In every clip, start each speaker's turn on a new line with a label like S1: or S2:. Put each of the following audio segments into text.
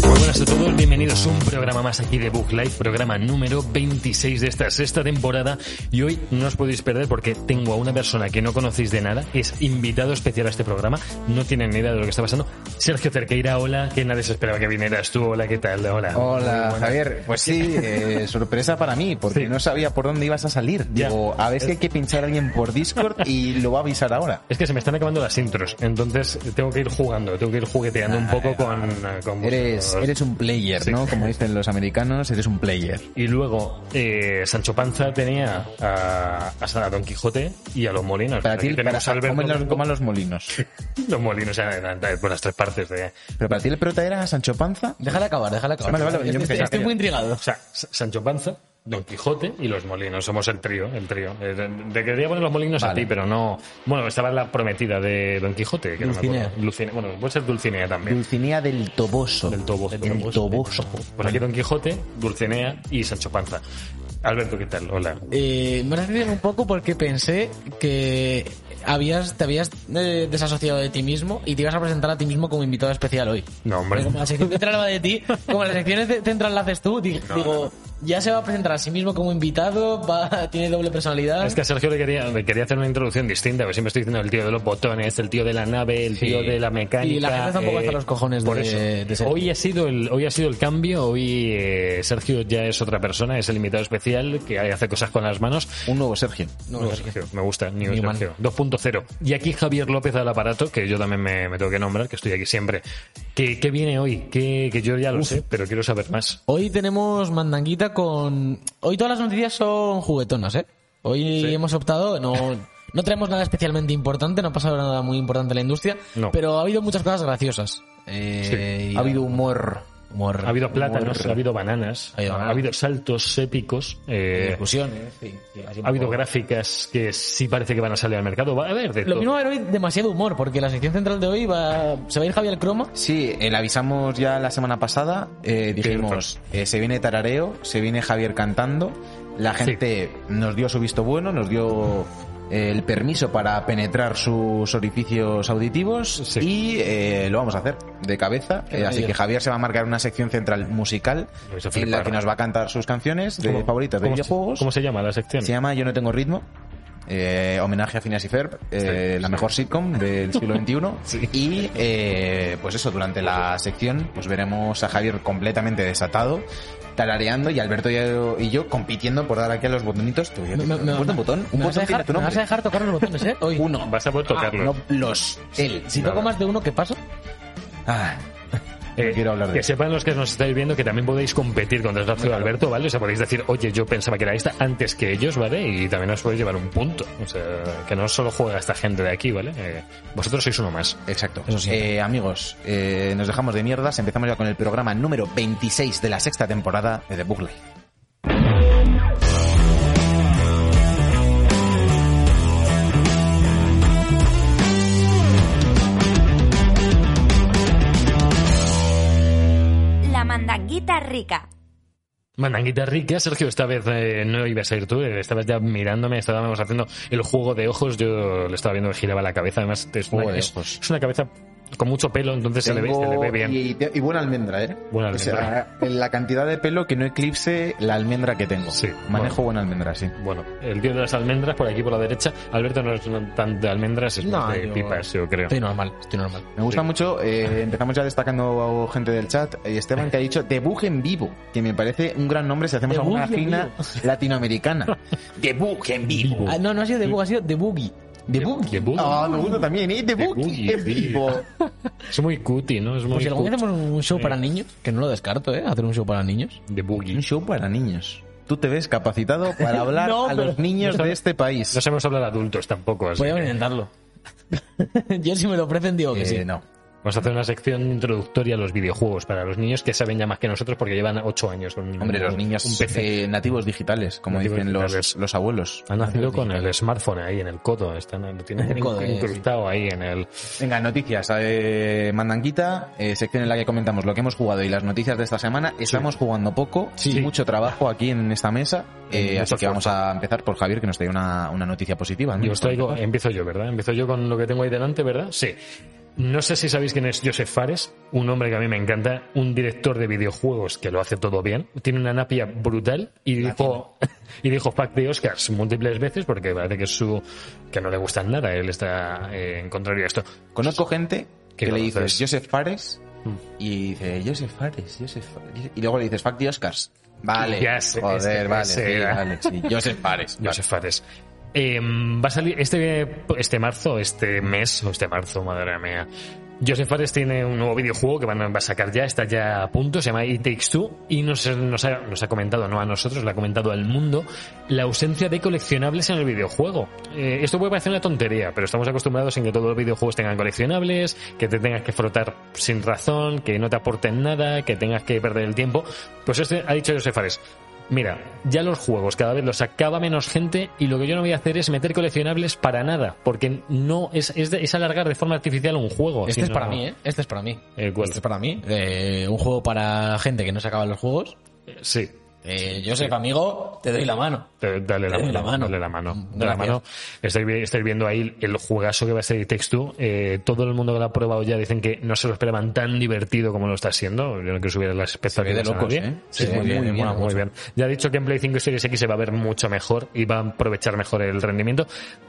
S1: Muy buenas a todos, bienvenidos a un programa más aquí de Book Life, programa número 26 de esta sexta temporada. Y hoy no os podéis perder porque tengo a una persona que no conocéis de nada, es invitado especial a este programa, no tienen ni idea de lo que está pasando. Sergio Cerqueira, hola, que nadie se esperaba que vinieras tú, hola, ¿qué tal? Hola. Muy
S2: Hola
S1: buenas.
S2: Javier, pues sí, eh, sorpresa para mí, porque
S1: Sí.
S2: no sabía por dónde ibas a salir.
S1: Ya.
S2: Digo, a ver si hay que pinchar a alguien por Discord y lo va a avisar ahora.
S1: Es que se me están acabando las intros, entonces tengo que ir jugando, tengo que ir jugueteando un poco con, eh, con
S2: Eres,
S1: vosotros.
S2: eres un player,
S1: Sí.
S2: ¿no? Como dicen los americanos, eres un player.
S1: Y luego, eh, Sancho Panza tenía a, a San- a Don Quijote y a los molinos.
S2: Para
S1: Aquí
S2: ti, para,
S1: tenemos a Alberto
S2: como en los,
S1: Blanco.
S2: como en los molinos.
S1: Los molinos eran- eran por las tres partes de...
S2: Pero para ti el prota era Sancho Panza.
S3: Déjala acabar, déjala acabar.
S2: Vale, vale, yo
S3: Estoy-
S2: empecé.
S3: estoy muy intrigado.
S1: O sea, S- Sancho Panza, Don Quijote y los molinos. Somos el trío, el trío. Eh, Te quería poner los molinos a
S2: Vale.
S1: ti, pero no... Bueno, estaba la prometida de Don Quijote, que no me acuerdo.
S3: Dulcinea.
S1: Dulcinea. Bueno, puede ser Dulcinea también.
S2: Dulcinea del Toboso.
S1: Del tobo.
S2: Del Toboso.
S1: Pues aquí Don Quijote, Dulcinea y Sancho Panza. Alberto, ¿qué tal? Hola.
S3: Eh, me refiero un poco porque pensé que habías, te habías eh, desasociado de ti mismo y te ibas a presentar a ti mismo como invitado especial hoy.
S1: No, hombre.
S3: Pero Como la sección central va de ti, como las secciones de- central la haces tú, di- digo, ya se va a presentar a sí mismo como invitado, va, tiene doble personalidad.
S1: Es que a Sergio le quería, le quería hacer una introducción distinta, porque siempre estoy diciendo el tío de los botones, el tío de la nave, el tío de la mecánica. eh,
S3: Y la gente está un poco hasta los cojones
S1: por
S3: de-
S1: eso.
S3: de Sergio.
S1: Hoy ha sido el, hoy ha sido el cambio, hoy eh, Sergio ya es otra persona, es el invitado especial que hace cosas con las manos.
S2: Un nuevo Sergio.
S3: No,
S1: Nuevo
S3: no sé qué.
S1: Sergio, me gusta, New
S3: Newman.
S1: Sergio. 2.0. Y aquí Javier López al aparato, que yo también me, me tengo que nombrar, que estoy aquí siempre. ¿Qué, qué viene hoy? Que, que yo ya lo sé, pero quiero saber más.
S3: Hoy tenemos mandanguita con... Hoy todas las noticias son juguetonas, ¿eh? Hoy
S1: Sí.
S3: hemos optado, no, no traemos nada especialmente importante, no ha pasado nada muy importante en la industria,
S1: No.
S3: pero ha habido muchas cosas graciosas. Eh, y-
S2: Ha habido humor.
S3: humor.
S1: Ha habido plátanos, ha habido bananas,
S3: Ha habido
S1: ha
S3: bananas.
S1: habido saltos épicos. eh,
S3: discusiones. sí, sí, así un
S1: Ha habido
S3: poco.
S1: gráficas que sí parece que van a salir al mercado. Va a haber de
S3: Lo
S1: todo.
S3: mismo va a haber hoy demasiado humor, porque la sección central de hoy va... se va a ir Javier Croma.
S2: Sí, eh, le avisamos ya la semana pasada. eh, dijimos, eh, se viene Tarareo, se viene Javier cantando. La gente nos dio su visto bueno, nos dio eh, el permiso para penetrar sus orificios auditivos
S1: Sí.
S2: y eh, lo vamos a hacer de cabeza. Eh, así
S3: maravilla.
S2: que Javier se va a marcar una sección central musical
S1: Lo vais a
S2: en
S1: flipar.
S2: la que nos va a cantar sus canciones de
S1: ¿Cómo-
S2: favoritas de
S1: cómo se-
S2: videojuegos.
S1: ¿Cómo se llama la sección?
S2: Se llama Yo no tengo ritmo. eh, homenaje a Phineas y Ferb, eh,
S1: Sí,
S2: la
S1: sí.
S2: mejor sitcom del siglo XXI.
S1: Sí.
S2: Y eh, pues eso, durante la sección pues veremos a Javier completamente desatado, tarareando y Alberto y yo, y yo compitiendo por dar aquí a los botonitos. Te voy a-
S3: Me- me-
S2: ¿Me has puesto un botón? Un
S3: me vas a
S2: botón tiene
S3: dejar,
S2: tu
S3: me vas a
S2: nombre.
S3: dejar tocar los botones, ¿eh? Hoy.
S2: Uno.
S1: Vas a poder tocarlo.
S2: Ah, no, los. Él.
S3: Si toco más de uno, ¿qué pasa?
S2: Ah,
S1: Eh,
S2: quiero hablar de
S1: que
S2: eso.
S1: sepan los que nos estáis viendo que también podéis competir contra el de Alberto, ¿vale? O sea, podéis decir, oye, yo pensaba que era esta antes que ellos, ¿vale? Y también os podéis llevar un punto. O sea, que no solo juega esta gente de aquí, ¿vale? Eh, vosotros sois uno más.
S2: Exacto.
S3: Eso sí.
S2: Eh, amigos, eh, nos dejamos de mierdas. Empezamos ya con el programa número 26 de la sexta temporada de The Book Life.
S4: La mandanguita rica.
S1: Mandanguita rica, Sergio, esta vez eh, no ibas a ir tú, eh, estabas ya mirándome, estábamos haciendo el juego de ojos, yo le estaba viendo que giraba la cabeza, además es
S2: Juego
S1: una,
S2: de
S1: es-
S2: ojos.
S1: es una cabeza con mucho pelo, entonces se le, ve, se le ve
S2: Tengo-
S1: bien.
S2: Y, y buena almendra, ¿eh?
S1: Buena almendra.
S2: O sea, la cantidad de pelo que no eclipse la almendra que tengo.
S1: Sí,
S2: Manejo buena almendra, sí.
S1: Bueno, el tío de las almendras por aquí por la derecha. Alberto no es tan de almendras, es más de
S3: yo-
S1: pipas, yo creo.
S3: Estoy normal, estoy normal.
S2: Me gusta mucho, eh, empezamos ya destacando a gente del chat, eh, Esteban que ha dicho Debug en vivo, que me parece un gran nombre si hacemos
S3: Debug
S2: alguna
S3: en
S2: fina
S3: vivo.
S2: latinoamericana. Debug en vivo.
S3: Ah, no, no ha sido de Bug, ha sido de Boogie.
S2: Debug.
S1: Debug.
S2: Ah, me gusta también, ¿eh? Debug
S1: Debug,
S2: en
S1: sí.
S2: vivo.
S1: Es muy cutie, ¿no? Es muy
S3: Pues si algún día
S1: cut.
S3: hacemos un show para niños, que no lo descarto, ¿eh? Hacer un show para niños.
S1: de boogie.
S2: Un show para niños. Tú te ves capacitado para hablar
S3: No,
S2: a
S3: pero-
S2: los niños de este país.
S1: No Pues sabemos hablar adultos tampoco. Así
S3: Voy a
S1: que-
S3: intentarlo. Yo si me lo ofrecen digo que
S2: Eh,
S3: sí.
S2: No.
S1: Vamos a hacer una sección introductoria a los videojuegos para los niños que saben ya más que nosotros porque llevan ocho años con un-
S2: Hombre, los
S1: un-
S2: niños
S1: un PC.
S2: eh, nativos digitales, como
S1: Nativos
S2: dicen
S1: digitales. Ah,
S2: los, los abuelos.
S1: Han nacido con el smartphone ahí en el codo, están, lo tienen
S3: En el codo, eh,
S1: incrustado ahí en el...
S2: Venga, noticias. Eh, Mandanguita, eh, sección en la que comentamos lo que hemos jugado y las noticias de esta semana. Estamos jugando poco,
S1: Sí.
S2: mucho trabajo aquí en esta mesa. eh,
S1: Mucha
S2: así que vamos a empezar por Javier, que nos trae una, una noticia positiva. ¿no?
S1: Y os traigo, eh, empiezo yo, ¿verdad? Empiezo yo con lo que tengo ahí delante, ¿verdad? Sí. No sé si sabéis quién es Joseph Fares, un hombre que a mí me encanta, un director de videojuegos que lo hace todo bien, tiene una napia brutal y dijo, y dijo fuck de Oscars múltiples veces porque parece que su, que no le gustan nada, él está eh, en contrario a esto.
S2: Conozco gente
S1: ¿Qué
S2: que le
S1: conoces?
S2: dices Joseph Fares
S1: Mm.
S2: y dice Joseph Fares, Joseph Fares. Y luego le dices Fuck the Oscars. Vale.
S1: Ya sé,
S2: Joder,
S1: este,
S2: vale,
S1: ese
S2: sí,
S1: era.
S2: vale, sí. Joseph Fares. vale.
S1: Joseph Fares. Eh, va a salir este, este marzo, este mes, o este marzo, madre mía. Joseph Fares tiene un nuevo videojuego que van a, va a sacar ya, está ya a punto, se llama It Takes Two, y nos, nos, ha, nos ha comentado, no a nosotros, le ha comentado al mundo, la ausencia de coleccionables en el videojuego. Eh, esto puede parecer una tontería, pero estamos acostumbrados en que todos los videojuegos tengan coleccionables, que te tengas que frotar sin razón, que no te aporten nada, que tengas que perder el tiempo. Pues este ha dicho Joseph Fares, Mira, ya los juegos cada vez los acaba menos gente y lo que yo no voy a hacer es meter coleccionables para nada, porque no es, es, de- es alargar de forma artificial un juego.
S3: Este es
S1: sino-
S3: para mí, ¿eh? Este es para mí.
S1: ¿El cuál?
S3: Este es para mí. Eh, un juego para gente que no se acaba los juegos.
S1: Sí.
S3: Eh, yo sé, amigo, te doy la mano.
S1: Eh, Dale la,
S3: Dale la mano.
S1: Dale la mano.
S3: Mm,
S1: Dale la
S3: gracias.
S1: mano. Estáis, vi- estáis viendo ahí el juegazo que va a ser Textu. Eh, todo el mundo que lo ha probado ya dicen que no se lo esperaban tan divertido como lo está siendo. Yo no quiero subir las expectativas.
S2: Se ve de
S1: a
S2: locos,
S1: nadie.
S2: ¿eh?
S1: Sí,
S2: Se ve
S1: muy,
S2: muy
S1: bien,
S2: bien,
S1: mola muy
S2: mucho.
S1: bien. Ya he dicho que en Play 5 y Series X se va a ver mucho mejor y va a aprovechar mejor el rendimiento.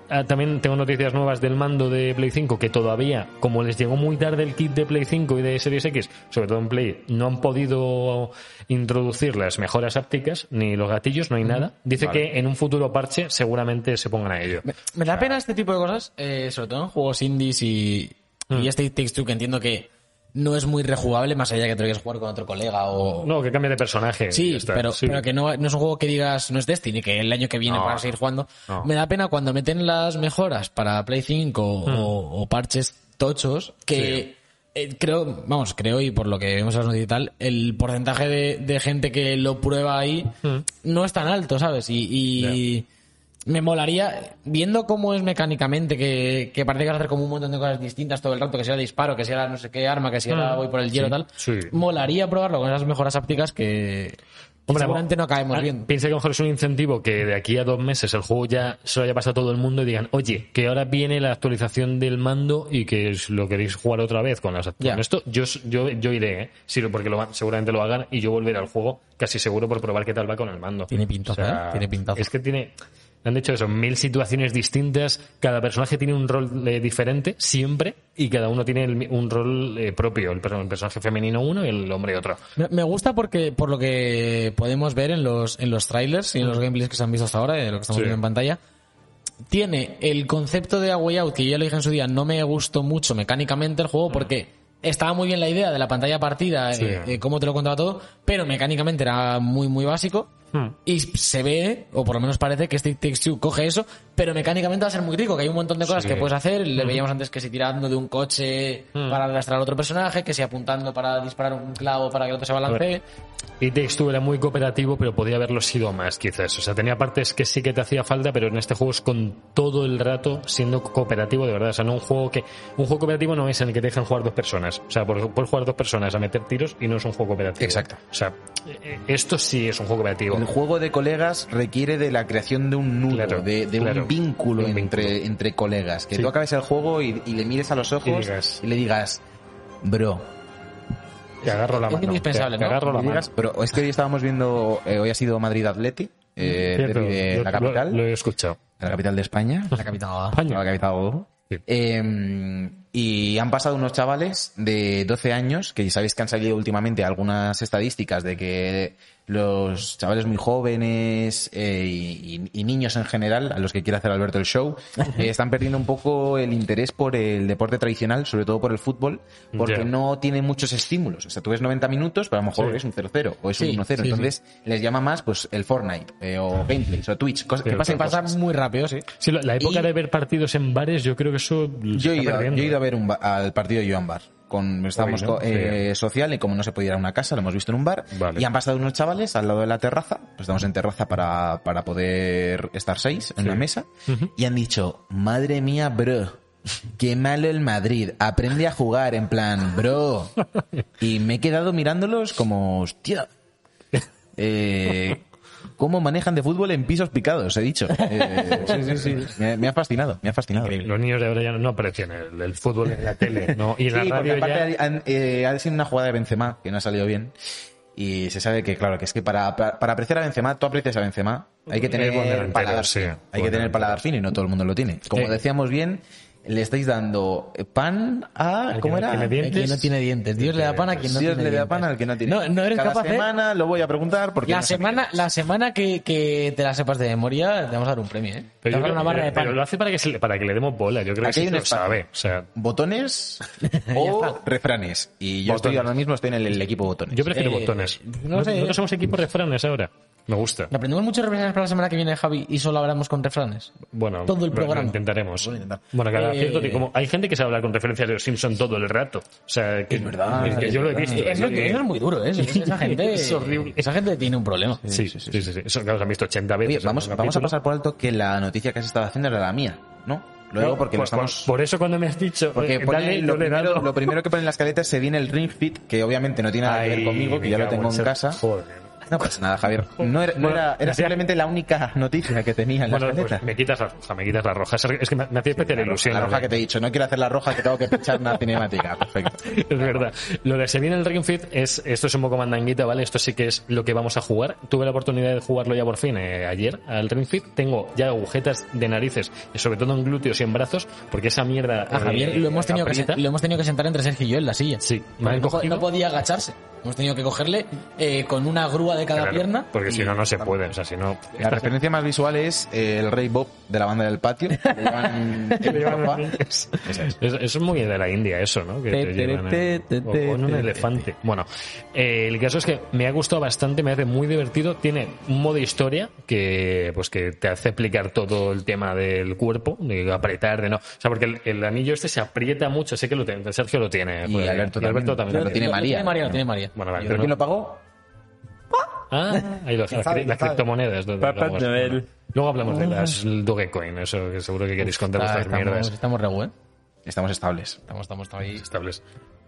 S1: Ah, también tengo noticias nuevas del mando de Play 5 que todavía, como les llegó muy tarde el kit de Play 5 y de Series X, sobre todo en Play, no han podido introducir las mejoras ápticas ni los gatillos, no hay nada. Dice
S2: Vale.
S1: que en un futuro parche seguramente se pongan a ello.
S3: Me, me
S1: Ah.
S3: da pena este tipo de cosas, eh, sobre todo en juegos indies y,
S1: Mm.
S3: y este It Takes Two, que entiendo que no es muy rejugable, más allá que te lo que jugar con otro colega o...
S1: No, que cambie de personaje.
S3: Sí,
S1: ya está.
S3: pero,
S1: Sí.
S3: pero que no, no es un juego que digas no es Destiny, que el año que viene
S1: No.
S3: para seguir jugando.
S1: No.
S3: Me da pena cuando meten las mejoras para Play 5 o,
S1: Hmm.
S3: o parches tochos, que eh, creo, vamos, creo y por lo que vemos en la noticia y tal, el porcentaje de, de gente que lo prueba ahí
S1: Hmm.
S3: no es tan alto, ¿sabes? Y, y me molaría, viendo cómo es mecánicamente, que, que parece que vas a hacer como un montón de cosas distintas todo el rato, que sea disparo, que sea no sé qué arma, que sea voy por el hielo
S1: Hmm. Sí.
S3: tal,
S1: Sí.
S3: molaría probarlo con esas mejoras ápticas que,
S1: Hombre,
S3: seguramente no acabemos
S1: ah,
S3: bien.
S1: Piensa que a lo mejor es un incentivo que de aquí a dos meses el juego ya se lo haya pasado a todo el mundo y digan, oye, que ahora viene la actualización del mando y que es- lo queréis jugar otra vez con, las,
S3: Ya.
S1: con esto. Yo, s- yo, yo iré, ¿eh? Sí, porque lo, van- seguramente lo hagan y yo volveré al juego casi seguro por probar qué tal va con el mando.
S3: Tiene pintaza, ¿eh? Tiene pintaza.
S1: Es que tiene. Han hecho eso, mil situaciones distintas. Cada personaje tiene un rol eh, diferente, siempre, y cada uno tiene el mi- un rol eh, propio. El, per- el personaje femenino uno y el hombre otro.
S3: Me, me gusta porque por lo que podemos ver en los, en los trailers y en los gameplays que se han visto hasta ahora, de lo que estamos
S1: Sí.
S3: viendo en pantalla, tiene el concepto de A Way Out, que ya lo dije en su día, no me gustó mucho mecánicamente el juego porque estaba muy bien la idea de la pantalla partida,
S1: Ah. Sí.
S3: eh, eh, cómo te lo contaba todo, pero mecánicamente era muy, muy básico.
S1: Hmm.
S3: Y se ve, o por lo menos parece, que este It Takes Two coge eso, pero mecánicamente va a ser muy rico, que hay un montón de cosas
S1: Sí.
S3: que puedes hacer. Le veíamos antes que si tirando de un coche
S2: Hmm.
S3: para arrastrar a otro personaje, que si apuntando para disparar un clavo para que el otro se balancee.
S1: Y Takes Two era muy cooperativo, pero podía haberlo sido más, quizás. O sea, tenía partes que sí que te hacía falta, pero en este juego es con todo el rato siendo cooperativo de verdad. O sea, no un juego que. Un juego cooperativo no es en el que te dejan jugar dos personas. O sea, por, por jugar dos personas a meter tiros y no es un juego cooperativo.
S2: Exacto.
S1: O sea, eh, eh, esto sí es un juego cooperativo.
S2: El juego de colegas requiere de la creación de un nudo,
S1: Claro,
S2: de, de
S1: claro.
S2: un vínculo
S1: Un
S2: entre,
S1: vínculo.
S2: entre colegas. Que
S1: Sí.
S2: tú acabes el juego y, y le mires a los ojos
S1: Y digas-
S2: y le digas, bro,
S1: Te agarro la
S3: es
S1: mano.
S3: indispensable,
S1: te,
S3: ¿no?
S1: te agarro la
S2: Pero
S1: mano.
S2: es que hoy estábamos viendo, eh, hoy ha sido Madrid Atleti, eh,
S1: Cierto,
S2: derbi de
S1: yo
S2: la
S1: lo-
S2: capital,
S1: Lo, he escuchado.
S2: la capital de España,
S3: La capitana.
S1: Pues, España.
S2: la capital ojo.
S1: Sí.
S2: Eh, y han pasado unos chavales de 12 años, que sabéis que han salido últimamente algunas estadísticas de que los chavales muy jóvenes eh, y, y- y niños en general, a los que quiere hacer Alberto el show, eh, están perdiendo un poco el interés por el deporte tradicional, sobre todo por el fútbol, porque
S1: Ya.
S2: no tiene muchos estímulos. O sea, tú ves 90 minutos, pero a lo mejor
S1: Sí.
S2: es un 0-0 o es
S3: Sí,
S2: un 1-0.
S3: sí,
S2: Entonces les llama más pues el Fortnite eh, o Gameplays o Twitch, cosas, que
S1: Cierto.
S2: pasen
S3: Pasa
S2: cosas.
S3: muy rápido, sí.
S1: Sí, la- la época
S2: Y-
S1: de ver partidos en bares, yo creo que eso. se
S2: Yo he,
S1: está
S2: ido,
S1: perdiendo. eh.
S2: yo he ido a ver un ba- al partido de Joan Bar. con estábamos
S1: Hoy, ¿no?
S2: co- eh, social y como no se podía ir a una casa, lo hemos visto en un bar.
S1: Vale.
S2: Y han pasado unos chavales al lado de la terraza, pues estamos en terraza para, para poder estar seis en
S1: Sí.
S2: la mesa, y han dicho, madre mía, bro. Qué malo el Madrid, aprende a jugar en plan, bro. Y me he quedado mirándolos como, hostia, eh, cómo manejan de fútbol en pisos picados, he dicho. Eh, Me, me ha fascinado, me ha fascinado.
S1: Los niños de ahora ya no, no aprecian el, el fútbol en la tele, ¿no? Y en la
S2: Sí, porque
S1: radio ya...
S2: aparte han- eh, ha sido una jugada de Benzema que no ha salido bien. Y se sabe que, claro, que es que para, para, para apreciar a Benzema, tú aprecias a Benzema, hay que
S1: Es buen
S2: tener
S1: delantero,
S2: paladar.
S1: sí,
S2: fino. hay
S1: buen
S2: que tener
S1: delantero.
S2: paladar fino y no todo el mundo lo tiene. Como
S1: Eh.
S2: decíamos bien, le estáis dando pan a...
S1: que
S2: ¿Cómo
S1: no
S2: era?
S1: tiene dientes.
S3: A Eh, quien no tiene dientes. Dios le da pan a quien no
S2: Dios
S3: tiene
S2: le da
S3: dientes.
S2: pan al que no tiene.
S3: No, no eres
S2: Cada
S3: capaz de-
S2: semana lo voy a preguntar porque...
S3: La
S2: no sé qué
S3: semana, la semana que, que te la sepas de memoria, te vamos a dar un premio, ¿eh? Te
S1: Pero, yo
S3: vamos a dar
S1: creo-
S3: una barra de
S1: pero lo
S3: pan.
S1: hace para que, se le- para que le demos bola, yo creo
S2: Aquí
S1: que
S2: hay
S1: sí
S2: un
S1: lo
S2: espacio.
S1: sabe. O sea,
S2: botones
S3: Ya
S2: o
S3: está.
S2: refranes. Y yo estoy
S1: Botones.
S2: ahora mismo estoy en el, el equipo botones.
S1: yo prefiero
S3: Eh,
S1: botones.
S3: no sé.
S1: Nosotros somos equipos refranes ahora. Me gusta.
S3: Aprendemos muchos refranes para la semana que viene, Javi, y solo hablamos con refranes.
S1: Bueno,
S3: Todo el
S1: lo-
S3: programa.
S1: lo intentaremos.
S2: Voy a intentar.
S1: Bueno, cada
S3: Eh,
S1: cierto que como hay gente que se habla con referencias de los Simpson todo el rato. O sea, que,
S2: Es verdad,
S1: que
S2: es
S1: yo lo he
S2: verdad.
S1: visto.
S3: Es lo que eso es muy duro, ¿eh? Eso- Esa gente,
S1: Es horrible.
S3: Esa gente tiene un problema.
S1: Sí, sí, sí. sí, sí. Eso que los han visto 80 veces.
S2: Oye,
S1: en
S2: vamos,
S1: un
S2: vamos a
S1: capítulo.
S2: pasar por alto que la noticia que has estado haciendo era la mía, ¿no? Lo digo porque
S1: por,
S2: lo estamos...
S1: por- por eso cuando me has dicho.
S2: Porque
S1: pues, eh,
S2: pone
S1: dale,
S2: lo,
S1: yo le he dado.
S2: primero, lo primero que pone en la escaleta es se viene el Ring Fit, que obviamente no tiene nada que
S1: Ay,
S2: ver conmigo, que
S1: me
S2: ya lo
S1: cago
S2: tengo en
S1: ser-
S2: casa.
S1: Joder.
S2: No pasa nada, Javier. No era, no era, era simplemente la única noticia que tenía en la
S1: Bueno,
S2: escaleta.
S1: pues me quitas la roja, me quitas la roja. Es que me, me hacía especial ilusión.
S2: la
S1: ¿no?
S2: roja que te he dicho, no quiero hacer la roja que tengo que pinchar una cinemática. Perfecto.
S1: Es verdad. Lo de se viene el Ring Fit es, esto es un poco mandanguita, ¿vale? Esto sí que es lo que vamos a jugar. Tuve la oportunidad de jugarlo ya por fin eh, ayer al Ring Fit. Tengo ya agujetas de narices, y sobre todo en glúteos y en brazos, porque esa mierda.
S3: A Ah, Javier
S1: eh,
S3: lo hemos, tenido que,
S1: aprieta.
S3: sen- lo hemos tenido que sentar entre Sergio y yo en la silla.
S1: Sí, me
S3: Porque
S1: han
S3: no, po-
S1: cogido.
S3: no podía agacharse. Hemos tenido que cogerle eh, con una grúa de cada
S1: Claro,
S3: pierna.
S1: Porque
S3: y-
S1: si no, no se puede. O sea, si no.
S2: La referencia más visual es eh, el Rey Bob de la banda del patio. que le llevan en ropa.
S1: es, eso es muy de la India, eso, ¿no? Que
S3: Te,
S1: te
S3: te,
S1: llevan
S3: te,
S1: en-
S3: te,
S1: o
S3: te,
S1: con un
S3: te,
S1: elefante. Bueno, eh, el caso es que me ha gustado bastante, me hace muy divertido. Tiene un modo historia que, pues, que te hace explicar todo el tema del cuerpo, de apretar, de no. O sea, porque el, el anillo este se aprieta mucho, sé que lo tiene, Sergio lo tiene.
S2: Y
S1: por ahí.
S2: Alberto
S1: Y Alberto también.
S2: también. Lo tiene
S3: Lo
S2: María.
S3: tiene María, lo tiene María.
S1: Bueno, vale,
S2: ¿Pero
S1: pero
S2: quién
S1: no-
S2: lo pagó?
S1: Ah, ahí lo- las,
S5: sabe,
S1: cri-
S5: ya
S1: las
S5: sabe.
S1: criptomonedas. donde
S5: Papá
S1: hablamos.
S5: Noel.
S1: Bueno, Luego hablamos de las Dogecoin, eso que seguro que queréis contar
S3: Ah,
S1: vuestras
S3: estamos,
S1: mierdas.
S3: estamos re buen.
S2: Estamos estables.
S3: Estamos, estamos, estamos ahí.
S1: estables.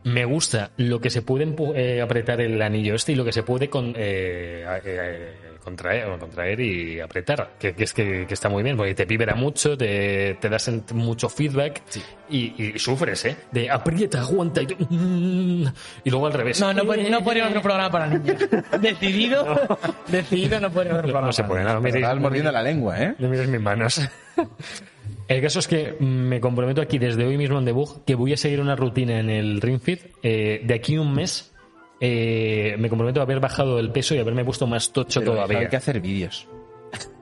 S1: Me gusta lo que se puede empu- eh, apretar el anillo este y lo que se puede con- eh, a- eh, contraer, o contraer y apretar, que, que es que, que está muy bien, porque te vibra mucho, te, te das en- mucho feedback y, y sufres, ¿eh? De aprieta, aguanta y, tú, mm, y luego al revés.
S3: No, no puede, no puede ir a otro programa para niños. decidido, decidido no puede ir a otro
S1: No,
S3: programa.
S1: no se
S3: para
S1: puede,
S3: niños.
S1: no, miréis-
S2: Estabas mordiendo la lengua, ¿eh?
S1: No mires mis manos. El caso es que me comprometo aquí desde hoy mismo en Debug que voy a seguir una rutina en el Ring Fit. Eh, de aquí a un mes eh, me comprometo a haber bajado el peso y haberme puesto más tocho
S2: Pero Hay
S1: todavía.
S2: que hacer vídeos.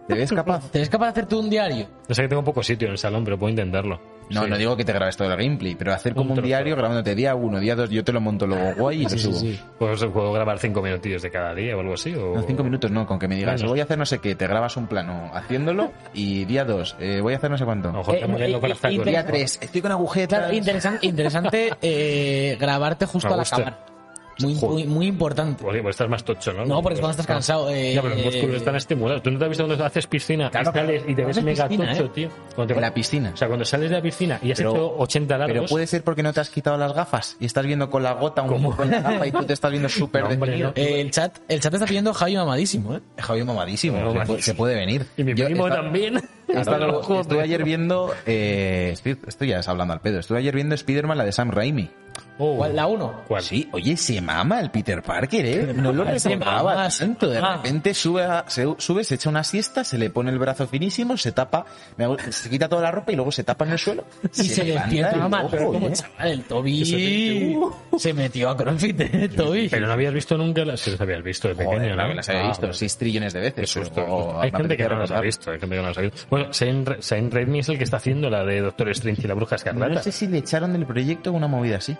S2: ¿Te ves capaz?
S3: ¿Te ves capaz de hacer tú un diario?
S1: No sé que tengo poco sitio en el salón, pero puedo intentarlo.
S2: No,
S1: Sí.
S2: no digo que te grabes todo el gameplay, pero hacer como
S1: Un
S2: un,
S1: trozo.
S2: diario grabándote día uno, día dos, yo te lo monto luego guay y lo subo.
S1: Pues, puedo grabar cinco minutillos de cada día o algo así. O...
S2: No, cinco minutos no, con que me digas,
S1: Bueno.
S2: voy a hacer no sé qué, te grabas un plano haciéndolo y día dos, eh, voy a hacer no sé cuánto.
S1: A lo mejor
S3: Eh,
S1: te molesto con las
S3: y-
S1: tacos.
S3: y-
S2: Día tres, estoy con agujetas.
S3: Claro, interesan- interesante eh, grabarte justo
S1: Me
S3: al
S1: gusta.
S3: acabar. Muy,
S1: Joder.
S3: muy, muy importante.
S1: Oye, pues estás más tocho, ¿no?
S3: No, porque cuando estás cansado, eh,
S1: ya, pero los músculos están estimulados. ¿Tú no te has visto cuando haces piscina
S3: Claro,
S1: sales y te
S3: no
S1: ves
S3: haces
S1: mega
S3: piscina,
S1: tocho,
S3: ¿eh?
S1: tío? Cuando te
S2: En
S1: vas-
S2: la piscina.
S1: O sea, cuando sales de la piscina y has
S2: Pero-
S1: hecho 80 largos...
S2: Pero puede ser porque no te has quitado las gafas y estás viendo con la gota un
S1: ¿Cómo?
S2: poco en la gafa y tú te estás viendo súper
S1: No, hombre,
S2: definido.
S1: no.
S3: Eh, el, chat, el chat está pidiendo Javi mamadísimo, ¿eh?
S2: Javi mamadísimo,
S1: Pero
S2: se, puede,
S1: mamadísimo.
S2: se puede venir.
S1: Y mi
S2: Yo
S1: primo
S2: esta-
S1: también.
S2: esta- estuve ayer viendo, eh, estoy, estoy ya es hablando al pedo, estuve ayer viendo Spider-Man la de Sam Raimi.
S1: Oh.
S3: ¿Cuál? La 1.
S1: ¿Cuál?
S2: Sí, oye, se mama el Peter Parker, ¿eh? No lo
S3: Se
S2: recordaba
S3: mama, se
S2: tanto. De
S1: Ah.
S3: mama.
S2: repente sube, a- se, sube, se echa una siesta, se le pone el brazo finísimo, se tapa, me hago- se quita toda la ropa y luego se tapa en el suelo.
S3: Y se,
S2: levanta
S3: despierta
S1: Ah,
S2: y,
S3: mamá.
S2: ojo,
S3: como
S2: ¿eh?
S3: chaval, el Toby se metió a CrossFit, ¿eh? Toby.
S1: uh. Pero no habías visto nunca las... Sí, las habías visto de pequeño,
S2: Joder,
S1: ¿no?
S2: claro que las había
S1: Ah,
S2: visto
S1: bueno.
S2: 6 trillones de
S1: Qué
S2: veces.
S1: susto.
S2: pero, oh,
S1: hay
S2: me
S1: gente que
S2: apetecía
S1: no las ha
S2: recordar.
S1: visto, hay gente que no las ha visto. Bueno, Shane, Re- Shane Raimi es el que está haciendo la de Doctor Strange y la Bruja Escarlata.
S2: No sé si le echaron del proyecto una movida así.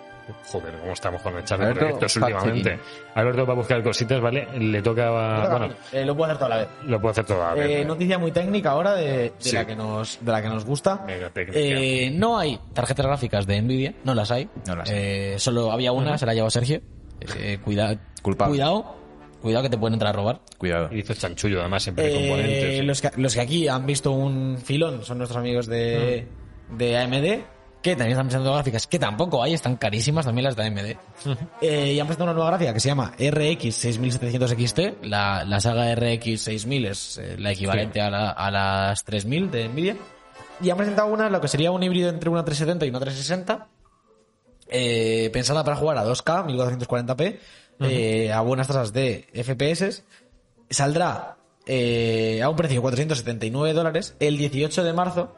S1: Joder, cómo estamos con el charla de proyectos últimamente. Alberto va a buscar cositas, ¿vale? Le toca...
S3: Toca a
S1: ah, Bueno,
S3: mí. Eh, lo puedo hacer toda la vez.
S1: lo puedo hacer todo a la vez,
S3: Eh,
S1: ¿vale?
S3: noticia muy técnica ahora de, de
S1: Sí.
S3: la que nos de la que nos gusta.
S1: Venga, técnica.
S3: Eh, no hay tarjetas gráficas de Nvidia, no las hay.
S2: No las
S3: Eh, solo había una, se la llevó Sergio. Eh, cuidado,
S2: Culpable.
S3: cuidado, cuidado que te pueden entrar a robar.
S2: Cuidado.
S1: Y hizo chanchullo, además, siempre de
S3: Eh,
S1: componentes.
S3: los, que, los que aquí han visto un filón son nuestros amigos de,
S1: Mm.
S3: de AMD, que también están presentando gráficas que tampoco hay, están carísimas también las de AMD. Eh, y han presentado una nueva gráfica que se llama RX 6700 XT. La, la saga RX 6000 es eh, la equivalente a, la- a las 3000 de Nvidia. Y han presentado una, lo que sería un híbrido entre una 370 y una 360 eh, pensada para jugar a 2K, 1440p, eh, a buenas tasas de FPS, saldrá eh, a un precio de 479 dólares el 18 de marzo.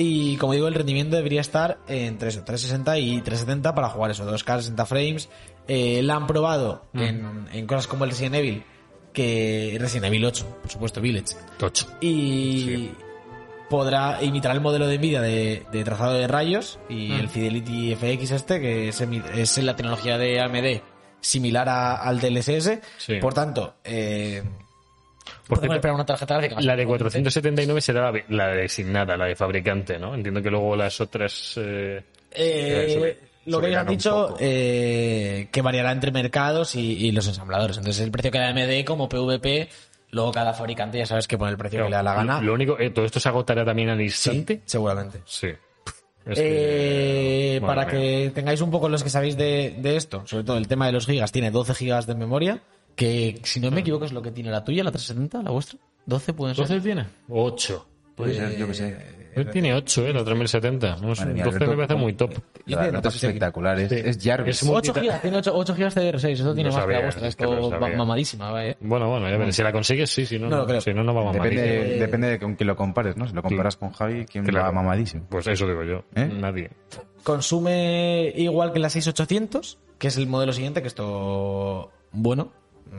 S3: Y como digo, el rendimiento debería estar entre eso, 360 y 370 para jugar eso, 2K, 60 frames. Eh, la han probado
S1: Mm.
S3: en, en cosas como el Resident Evil, que Resident Evil 8, por supuesto, Village.
S1: Tocho.
S3: Y
S1: Sí.
S3: podrá imitar el modelo de NVIDIA de, de trazado de rayos y
S1: Mm.
S3: el Fidelity FX este, que es, emi- es la tecnología de AMD similar a- al del SS.
S1: Sí.
S3: Por tanto, eh,
S1: Por
S3: podemos
S1: cierto,
S3: esperar una tarjeta gráfica más
S1: la de
S3: potente.
S1: 479 será la, la designada, la de fabricante, ¿no? Entiendo que luego las otras... eh,
S3: Eh,
S1: eh, sobre-
S3: lo que ellos han
S1: subirán un
S3: dicho,
S1: poco.
S3: eh, que variará entre mercados y, y los ensambladores. Entonces, el precio que da AMD como PVP, luego cada fabricante ya sabes que pone el precio que le da la gana.
S1: Lo, lo único, eh, todo esto se agotará también al
S3: sí,
S1: instante.
S3: seguramente.
S1: Sí. Es
S3: Eh,
S1: que-
S3: para
S1: madre mía.
S3: que tengáis un poco los que sabéis de, de esto, sobre todo el tema de los gigas, tiene 12 gigas de memoria, que si no me equivoco es lo que tiene la tuya, la 370, la vuestra. 12 pueden ser.
S1: ¿12 tiene? 8.
S2: Puede ser, yo que sé.
S1: Él tiene 8, ¿eh? La 3070. No, es-
S2: Madre mía,
S1: 12
S2: Alberto,
S1: me parece muy top.
S3: Yo
S2: La
S3: tengo
S2: nota es
S3: notas aquí.
S2: espectacular, es,
S1: Sí.
S2: es Jarvis.
S1: Es muy-
S3: 8 gigas, tiene 8, gigas CDR6, eso tiene
S1: Lo
S3: más que
S1: sabía,
S3: la vuestra,
S1: es que lo
S3: esto
S1: sabía.
S3: va- mamadísima, va, eh.
S1: Bueno, bueno, ya veré. Si la consigues, sí, si no,
S3: No lo creo.
S1: Si no, no vamos a
S2: depende,
S1: Madrid.
S2: depende de con quién lo compares, ¿no? Si lo comparas con Javi, ¿quién
S1: Claro.
S2: va mamadísimo?
S1: Pues eso digo yo.
S2: ¿Eh?
S1: Nadie.
S3: Consume igual que la 6800, que es el modelo siguiente, que esto, bueno,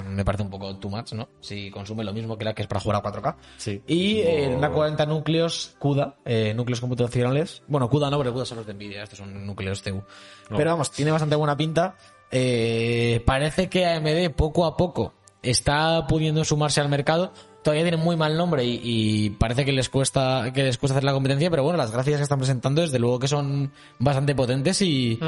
S3: me parece un poco too much, ¿no? Si consume lo mismo que la que es para jugar a 4K.
S1: Sí.
S3: Y eh,
S1: Oh.
S3: una 40 núcleos CUDA, eh, núcleos computacionales. Bueno, CUDA no, pero CUDA son los de NVIDIA, estos son núcleos TU.
S1: No.
S3: Pero vamos, tiene bastante buena pinta. Eh, parece que AMD poco a poco está pudiendo sumarse al mercado. Todavía tienen muy mal nombre y, y parece que les cuesta que les cuesta hacer la competencia, pero bueno, las gráficas que están presentando desde luego que son bastante potentes y,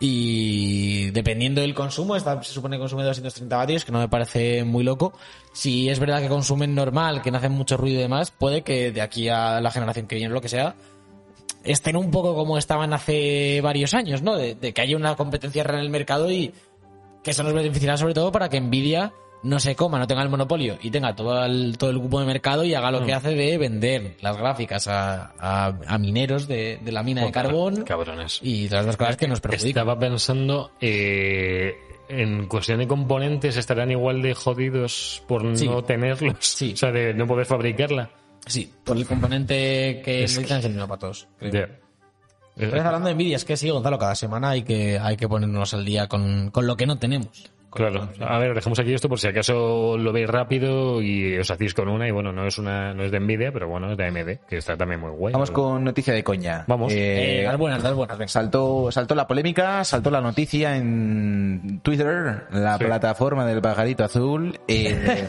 S3: y dependiendo del consumo, esta se supone que consume 230 vatios, que no me parece muy loco. Si es verdad que consumen normal, que no hacen mucho ruido y demás, puede que de aquí a la generación que viene o lo que sea, estén un poco como estaban hace varios años, ¿no? De, de que haya una competencia real en el mercado y que eso nos beneficiará sobre todo para que Nvidia no se coma, no tenga el monopolio y tenga todo el, todo el cupo de mercado y haga lo que hace de vender las gráficas a, a- a mineros de, de la mina de Eh, carbón
S1: Cabrones.
S3: y todas las cosas que nos perjudican.
S1: Estaba pensando eh, en cuestión de componentes, estarán igual de jodidos por
S3: Sí.
S1: no tenerlos,
S3: Sí.
S1: o sea, de no poder fabricarla.
S3: Sí, por el componente que
S1: Es
S3: necesitan es el mismo para todos. creo.
S1: Ya. Eh,
S3: Pero es hablando de envidia, es que sí, Gonzalo, cada semana hay que, hay que ponernos al día con, con lo que no tenemos.
S1: Claro, a ver, dejamos aquí esto por si acaso lo veis rápido y os hacéis con una y bueno, no es una no es de Nvidia, pero bueno, es de AMD, que está también muy guay.
S2: Vamos con noticia de coña.
S1: Vamos.
S3: Eh,
S2: Eh,
S3: las buenas, las buenas, venga.
S2: saltó, saltó la polémica, saltó la noticia en Twitter, la
S1: Sí.
S2: plataforma del pajarito azul, eh,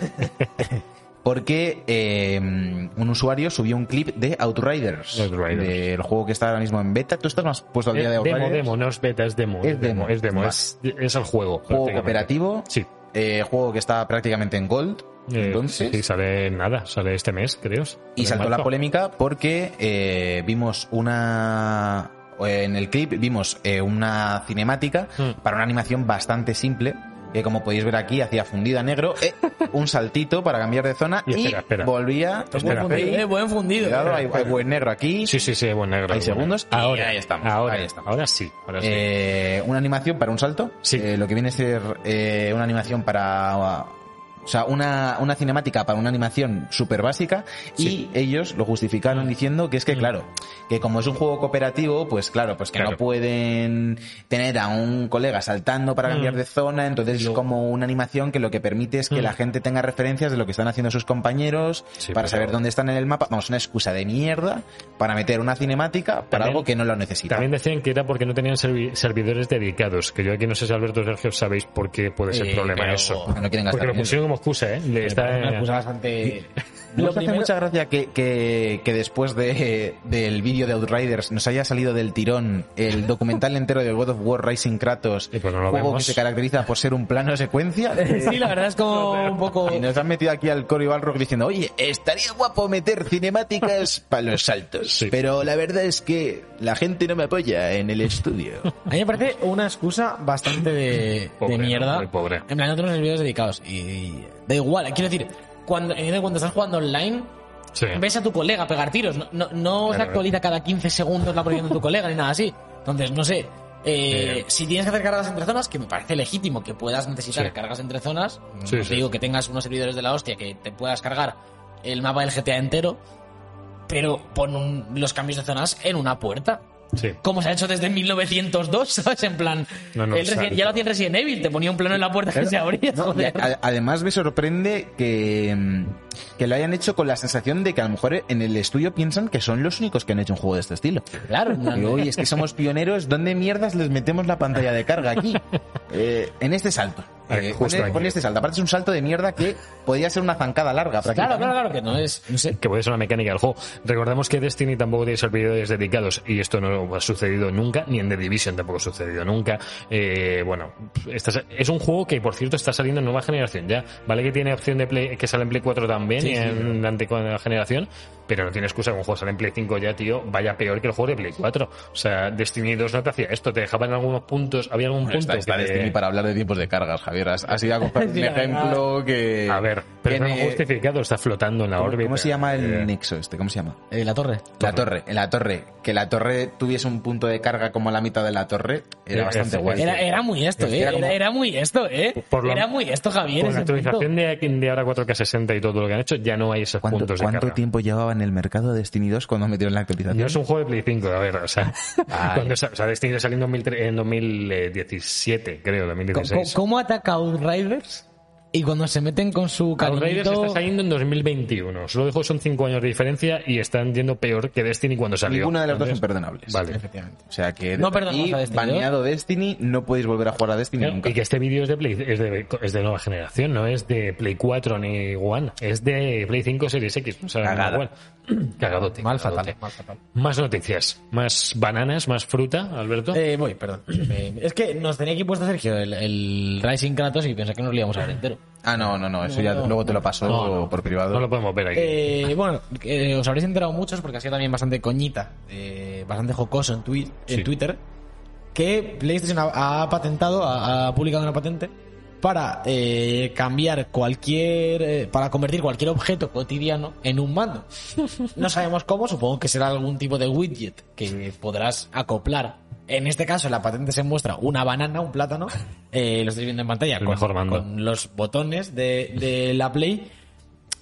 S2: porque eh, un usuario subió un clip de Outriders,
S1: Outriders.
S2: del juego que está ahora mismo en beta. ¿Tú estás más puesto al día de
S1: Eh,
S2: Outriders?
S1: demo, demo, no es beta, es demo.
S2: Es demo,
S1: es demo,
S2: va.
S1: es, es el juego.
S2: Juego
S1: prácticamente.
S2: cooperativo,
S1: Sí.
S2: eh, juego que está prácticamente en gold.
S1: Eh,
S2: Entonces,
S1: sí, sale nada, sale este mes, creo.
S2: Y
S1: Sale en
S2: saltó la
S1: marzo.
S2: polémica porque eh, vimos una. eh, En el clip vimos eh, una cinemática
S1: Mm.
S2: para una animación bastante simple. Que como podéis ver aquí, hacía fundida negro, eh, un saltito para cambiar de zona
S1: Y
S2: y,
S1: espera, espera.
S2: volvía.
S1: Espera,
S2: Ahí,
S1: espera.
S3: Eh, buen fundido.
S2: cuidado, hay, hay buen negro aquí.
S1: Sí, sí, sí, bueno, negro.
S2: Hay
S1: bueno.
S2: segundos y
S1: Ahora,
S2: ahí estamos,
S1: Ahora,
S2: ahí estamos.
S1: ahora sí, ahora sí.
S2: Eh, una animación Eh, para un salto.
S1: Sí.
S2: Eh, lo que viene a ser eh, una animación para O sea, una, una cinemática para una animación súper básica y
S1: Sí. Mm.
S2: ellos lo justificaron diciendo que es que, claro, que como es un juego cooperativo, pues claro, pues que
S1: Claro.
S2: no pueden tener a un colega saltando
S1: Mm.
S2: para cambiar de zona, entonces es como una animación que lo que permite es que la gente tenga referencias de lo que están haciendo sus compañeros
S1: Mm. Sí,
S2: para
S1: pero-
S2: saber dónde están en el mapa. Vamos, una excusa de mierda para meter una cinemática para
S1: También-
S2: algo que no lo necesita.
S1: También decían que era porque no tenían servi- servidores dedicados, que yo aquí no sé si Alberto o Sergio sabéis por qué puede ser
S3: Eh,
S1: problema
S3: pero-
S1: eso.
S2: porque no quieren gastar
S1: Porque lo
S2: dinero.
S1: pusieron como excusa, ¿eh? Le está-
S3: Una excusa bastante...
S2: Nos hace mucha gracia que, que- que después de, del vídeo de Outriders nos haya salido del tirón el documental entero de God of War Rising Kratos,
S1: Y pues no lo
S2: juego
S1: vemos.
S2: que se caracteriza por ser un plano secuencia.
S3: Sí, la verdad es como un poco...
S2: Y nos han metido aquí al Cory Balrog diciendo, oye, estaría guapo meter cinemáticas para los saltos.
S1: Sí.
S2: Pero la verdad es que la gente no me apoya en el estudio.
S3: A mí me parece una excusa bastante de,
S1: Pobre,
S3: de mierda.
S1: ¿no? Muy pobre.
S3: En plan, no tenemos servidores dedicados. Y, y da igual. Quiero decir, cuando, eh, cuando estás jugando online,
S1: Sí.
S3: ves a tu colega pegar tiros. No, no, no se
S1: Claro.
S3: actualiza cada 15 segundos la posición de tu colega ni nada así. Entonces, no sé. eh,
S1: Eh.
S3: Si tienes que hacer cargas entre zonas, que me parece legítimo que puedas necesitar
S1: Sí.
S3: cargas entre zonas,
S1: Sí,
S3: no te
S1: sí.
S3: digo que tengas unos servidores de la hostia que te puedas cargar el mapa del GTA entero, pero pon un- los cambios de zonas en una puerta
S1: Sí.
S3: como se ha hecho desde 1902, ¿sabes? En plan,
S1: No, no,
S3: el Resident-
S1: exacto.
S3: ya lo hacía en Resident Evil, te ponía un plano en la puerta que se abría.
S2: No, y
S3: joder.
S2: a- además me sorprende que, mm, que lo hayan hecho con la sensación de que a lo mejor en el estudio piensan que son los únicos que han hecho un juego de este estilo.
S3: Claro, en plan,
S2: Y, oye, es que somos pioneros, ¿dónde mierdas les metemos la pantalla de carga aquí? Eh, en este salto.
S1: Ahí,
S2: Eh,
S1: justo
S2: ponle-
S1: aquí.
S2: ponle este salto. Aparte es un salto de mierda que podría ser una zancada larga.
S3: claro,
S2: prácticamente.
S3: claro, claro, que no es, no sé.
S1: que puede ser una mecánica del juego. Recordemos que Destiny tampoco tiene servidores dedicados y esto no ha sucedido nunca, ni en The Division tampoco ha sucedido nunca. Eh, bueno, estas- es un juego que por cierto está saliendo en nueva generación ya. Vale que tiene opción de Play, que sale en Play 4 también
S3: Sí,
S1: y
S3: sí,
S1: en la antigua generación, pero no tiene excusa que un juego sale en Play 5 ya, tío, vaya peor que el juego de Play 4. O sea, Destiny 2 no te hacía esto, te dejaban algunos puntos, había algún
S2: Bueno,
S1: punto
S2: está, está
S1: que te-
S2: Destiny para hablar de tiempos de cargas, Javier. Has, has ido a comprar un
S3: Sí, la verdad.
S2: ejemplo que...
S1: A ver, pero
S2: que
S1: no
S2: en, eh,
S1: justificado, está flotando en la
S2: ¿cómo-
S1: órbita.
S2: ¿Cómo se llama el
S1: Eh,
S2: nexo este? ¿Cómo se llama?
S3: Eh, la torre.
S2: La torre, en la torre. Que la torre tuviese un punto de carga como la mitad de la torre era
S1: Eh,
S2: bastante
S1: es-
S2: guay.
S3: Era, era muy esto, ¿eh?
S2: Era
S3: Era,
S2: como-
S3: era muy esto, ¿eh?
S1: Por la-
S3: era muy esto, Javier.
S1: Con la
S3: ese
S1: actualización de, de ahora 4K60 y todo lo que han hecho, ya no hay esos
S2: ¿Cuánto,
S1: puntos de
S2: cuánto
S1: carga.
S2: tiempo llevaba en el mercado Destiny 2 cuando metieron la actualización?
S1: No es un juego de Play 5, a ver, o sea, cuando sa- o sea este Destiny salió en, 2003 en 2017, creo,
S3: punto. ¿Cómo,
S1: 2016.
S3: cómo ataca Outriders? Y cuando se meten con su
S1: Raiders
S3: cariñito...
S1: está saliendo en 2021. Solo dejo son 5 años de diferencia y están yendo peor que Destiny cuando salió.
S2: Ninguna de las dos
S1: Entonces,
S2: imperdonables.
S1: Vale.
S3: Efectivamente.
S2: O sea que
S3: No
S2: desde
S3: perdonamos
S2: aquí,
S3: a Destiny, ¿no?
S2: baneado Destiny, no podéis volver a jugar a Destiny nunca.
S1: Y que este vídeo es de Play, es de, es de nueva generación, no es de Play 4 ni One, es de Play 5 Series X. O sea,
S2: Cagada.
S1: igual. Cagadote.
S3: Mal
S1: cagadote.
S3: fatal, mal fatal.
S1: Más noticias, más bananas, más fruta, Alberto.
S3: Eh, voy, perdón. Eh, es que nos tenía aquí puesto Sergio el, el Rising Kratos y pensé que nos lo íbamos a ver entero.
S2: Ah, no, no, no, eso ya
S3: No, no.
S2: luego te lo paso
S1: No, no.
S2: por privado.
S1: No lo podemos ver aquí.
S3: Eh, bueno, eh, os habréis enterado muchos porque ha sido también bastante coñita, eh, bastante jocoso en, twi- en
S1: Sí.
S3: Twitter, que PlayStation ha, ha patentado, ha, ha publicado una patente para eh, cambiar cualquier, eh, para convertir cualquier objeto cotidiano en un mando. No sabemos cómo, supongo que será algún tipo de widget que podrás acoplar. En este caso, en la patente se muestra una banana, un plátano, eh, lo estáis viendo en pantalla,
S1: El mejor mando.
S3: con los botones de, de la Play.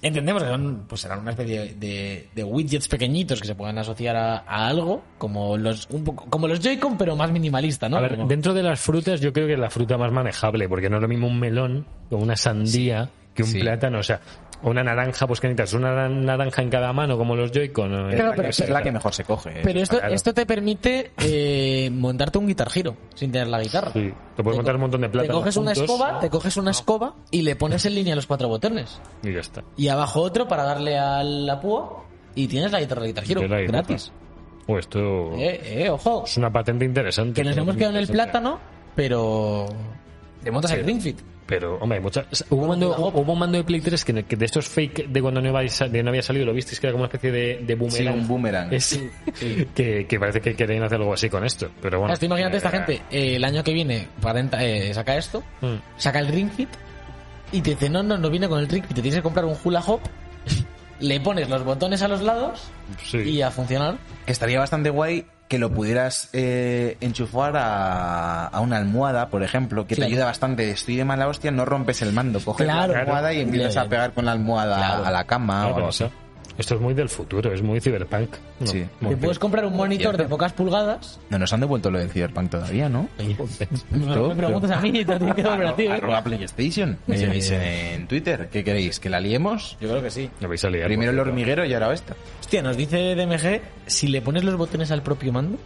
S3: Entendemos que son, pues serán una especie de, de widgets pequeñitos que se puedan asociar a, a algo, como los, un poco, como los Joy-Con, pero más minimalista, ¿no?
S1: A ver,
S3: Como-
S1: dentro de las frutas, yo creo que es la fruta más manejable, porque no es lo mismo un melón o una sandía que un
S2: Sí.
S1: plátano, o sea, o una naranja, pues que necesitas una naran- naranja en cada mano, como los Joy-Con. ¿no?
S2: Es la
S3: pero-
S2: que- es la que mejor se coge. eh.
S3: pero esto,
S1: claro.
S3: esto te permite eh, montarte un guitar giro sin tener la guitarra.
S1: Sí, te puedes
S3: co-
S1: montar un montón de
S3: Te
S1: plátanos
S3: coges una
S1: juntos.
S3: escoba, te coges una escoba y le pones en línea los cuatro botones.
S1: Y ya está.
S3: Y abajo otro para darle a la púa y tienes la guitarra de Guitar Hero
S1: Yo la guitarra. Oh.
S3: gratis.
S1: O esto
S3: Eh, eh, ojo.
S1: es una patente interesante.
S3: Que nos hemos quedado en el plátano, pero te montas el Green Fit.
S1: Pero, hombre, hay muchas. Hubo un, mando, hubo- hubo un mando de Play 3 que, que de estos fake de cuando no había, sa- de no había salido, lo visteis que era como una especie de, de
S2: Sí,
S1: boomerang.
S2: un boomerang.
S1: Es- que, que parece que querían hacer algo así con esto. Pero bueno.
S3: Claro, tú imagínate Ah, esta
S1: Eh,
S3: gente eh, el año que viene patenta, eh, saca esto,
S1: Mm.
S3: saca el Ring Fit y te dice, no, no, no viene con el Ring Fit, te tienes que comprar un hula hop, le pones los botones a los lados
S1: Sí.
S3: y a funcionar.
S2: Que estaría bastante guay que lo pudieras eh, enchufar a, a una almohada, por ejemplo, que
S3: Claro.
S2: te ayuda bastante. Estoy de mala hostia, no rompes el mando, coges
S3: Claro.
S2: la almohada y empiezas
S3: Claro.
S2: a pegar con la almohada
S3: Claro.
S2: a la cama.
S1: Ah,
S2: o
S1: pero
S2: algo así.
S1: eso- Esto es muy del futuro, es muy cyberpunk. No,
S2: Sí.
S1: muy
S3: Te puedes comprar un monitor de pocas pulgadas.
S2: No nos han devuelto lo del Cyberpunk todavía, ¿no?
S3: No,
S2: Todo,
S3: me preguntas a mí y te tienes que doblar a ti, ¿eh?
S2: Arroba PlayStation. Me
S3: Sí.
S2: llaméis en Twitter. ¿Qué queréis? ¿Que la liemos?
S3: Yo creo que sí.
S1: Lo vais a liar,
S2: Primero el
S1: por favor.
S2: hormiguero y ahora esta.
S3: Hostia, nos dice DMG, si le pones los botones al propio mando,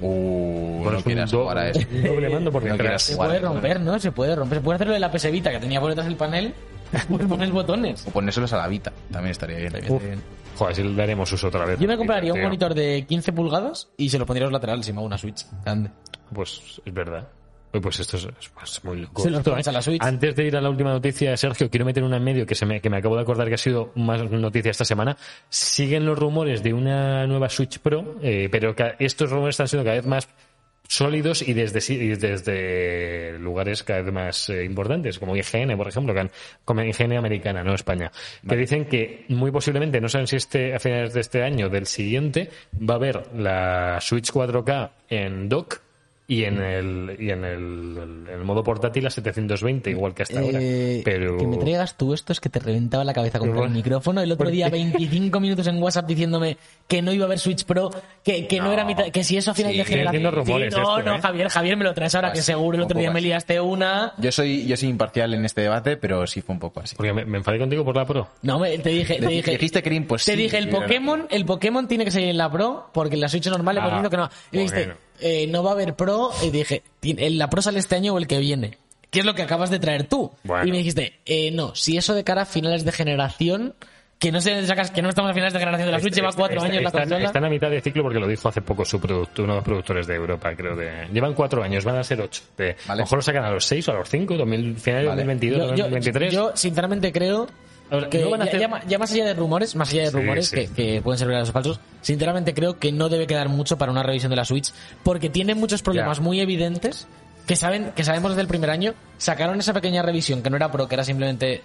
S2: Uh,
S1: Bueno, es
S2: no
S1: un
S2: quieras
S1: do-
S2: jugar a eso.
S1: un doble mando por
S2: No
S1: detrás.
S3: se
S2: Guau,
S3: puede
S2: guau.
S3: romper, ¿no? Se puede romper. Se puede hacer lo de la PS Vita, que tenía por detrás el panel, pues pones botones.
S2: O ponérselos a la Vita. También estaría bien.
S3: Estaría
S1: Uf. Joder, si le daremos uso otra vez.
S3: Yo me compraría un
S1: Tío.
S3: monitor de 15 pulgadas y se lo pondría a los laterales y me hago una Switch grande.
S1: Pues es verdad. Uy, Pues esto es, es- es muy loco.
S3: Se los
S1: Esto,
S3: pones
S1: ¿eh?
S3: a la Switch.
S1: Antes de ir a la última noticia, Sergio, quiero meter una en medio que, se me, que me acabo de acordar que ha sido más noticia esta semana. Siguen los rumores de una nueva Switch Pro, eh, pero ca- estos rumores están siendo cada vez más sólidos y desde, si- y desde lugares cada vez más eh, importantes, como IGN, por ejemplo, que han- como IGN americana, no España, que dicen que muy posiblemente, no saben si este, a finales de este año, del siguiente, va a haber la Switch 4K en dock y en el, y en el, el modo portátil a 720, igual que hasta ahora.
S3: Eh,
S1: Pero...
S3: Que me traigas tú esto es que te reventaba la cabeza con
S1: Pero
S3: el
S1: bueno.
S3: micrófono. El otro
S1: ¿Por
S3: día
S1: qué?
S3: 25 minutos en WhatsApp diciéndome que no iba a haber Switch Pro, que, que no,
S2: No.
S3: era mitad, que si eso a final
S2: Sí,
S3: de
S1: estoy
S3: generación.
S1: haciendo rumores
S3: Sí, no,
S1: esto,
S3: no,
S1: ¿eh?
S3: Javier, Javier me lo traes ahora, que
S2: Así,
S3: seguro el
S2: un
S3: otro día
S2: poco
S3: me
S2: así.
S3: liaste una.
S2: Yo soy, yo soy imparcial en este debate, pero sí fue un poco así.
S1: Porque me, me enfadé contigo por la Pro.
S3: No, me- te dije, te
S2: Dij-
S3: dije.
S2: dijiste que era imposible
S3: Te dije, el
S2: que hubiera-
S3: Pokémon, el Pokémon tiene que salir en la Pro, porque en la Switch normal le
S1: Ah,
S3: hemos dicho que no. Y me dijiste,
S1: bueno.
S3: eh, no va a haber Pro, y dije, "Ti- en la Pro sale este año o el que viene. ¿Qué es lo que acabas de traer tú?
S1: Bueno.
S3: Y me dijiste, eh, no, si eso de cara a finales de generación, que no se sacas, que no estamos a finales de generación de
S2: Este,
S3: la Switch, lleva cuatro
S1: Este, Está-
S3: años la
S1: están,
S3: consola.
S1: están a mitad de ciclo porque lo dijo hace poco su productor, uno de los productores de Europa, creo. De, llevan cuatro años, van a ser ocho. De- A
S2: Vale.
S1: lo mejor lo sacan a los seis o a los cinco, 2000, finales de
S2: Vale.
S1: 2022,
S3: Yo- yo,
S1: 2023.
S3: yo, sinceramente creo
S1: Ahora,
S3: que
S1: no van a
S3: ya-
S1: hacer-
S3: ya, ma- ya más allá de rumores, más allá de
S1: Sí,
S3: rumores
S1: sí.
S3: que, que pueden ser verdaderos o falsos, sinceramente creo que no debe quedar mucho para una revisión de la Switch porque tiene muchos problemas
S1: Ya.
S3: muy evidentes que saben que sabemos desde el primer año sacaron esa pequeña revisión que no era pro que era simplemente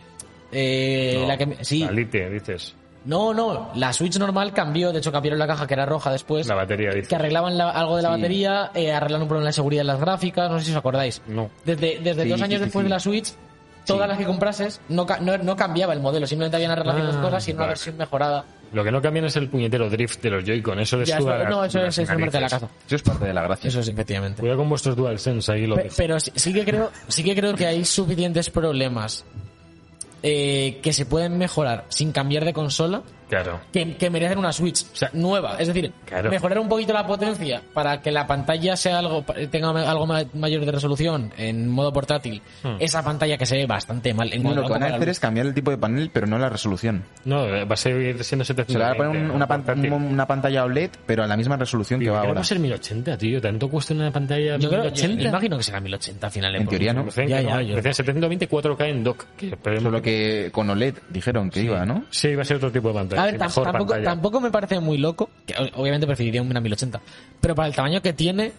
S3: eh,
S1: No,
S3: la que sí
S1: la Lite, dices.
S3: no no la Switch normal cambió de hecho cambiaron la caja que era roja después
S1: La batería, dices.
S3: que arreglaban la- algo de la batería eh, arreglaron un problema de seguridad en las gráficas no sé si os acordáis
S1: No.
S3: desde, desde
S2: Sí,
S3: dos años
S2: sí, sí,
S3: después
S2: sí.
S3: de la Switch, todas las que comprases no, ca- no, no cambiaba el modelo, simplemente habían arreglado
S1: Ah,
S3: las cosas y en una
S1: vale.
S3: versión mejorada.
S1: Lo que no cambian es el puñetero drift de los Joy-Con. Eso es
S3: Ya, eso- no, eso es, es el norte de la casa.
S2: Eso es parte de la gracia.
S3: Eso es, efectivamente.
S1: Cuidado con vuestros DualSense, ahí lo
S3: Pe-
S1: dejo.
S3: Pero sí, sí que creo, sí que creo que hay suficientes problemas eh, que se pueden mejorar sin cambiar de consola
S1: Claro.
S3: que, que merecen una Switch
S1: sea,
S3: nueva. Es decir,
S1: claro.
S3: mejorar un poquito la potencia para que la pantalla sea algo tenga ma- algo ma- mayor de resolución en modo portátil.
S1: Hmm.
S3: Esa pantalla que se ve bastante mal. En
S2: No, lo
S3: cuanto
S2: que
S3: a
S2: van a hacer
S3: comparar-
S2: es cambiar el tipo de panel, pero no la resolución.
S1: No, eh, va a seguir siendo
S2: Se le va
S1: 720.
S2: a poner un-
S1: ¿no?
S2: una, pan-
S1: Portátil.
S2: un- una pantalla OLED, pero a la misma resolución que
S1: Tío,
S2: va
S1: ¿qué no va
S2: ahora.
S1: a ser 1080, tío? ¿Tanto cuesta una pantalla
S3: Yo creo,
S1: 1080?
S3: yo imagino que será 1080 al final.
S2: En teoría, ¿no?
S1: Decían
S3: Ya,
S1: que
S3: ya,
S1: no.
S3: yo-
S1: Decían 720 4K en dock. que esperemos
S2: Eso es lo que con OLED dijeron que iba, ¿no?
S1: Sí, va a ser otro tipo de pantalla.
S3: A ver,
S1: sí,
S3: tam-
S1: mejor
S3: tampoco,
S1: pantalla.
S3: tampoco me parece muy loco. que o- obviamente preferiría una 1080. Pero para el tamaño que tiene,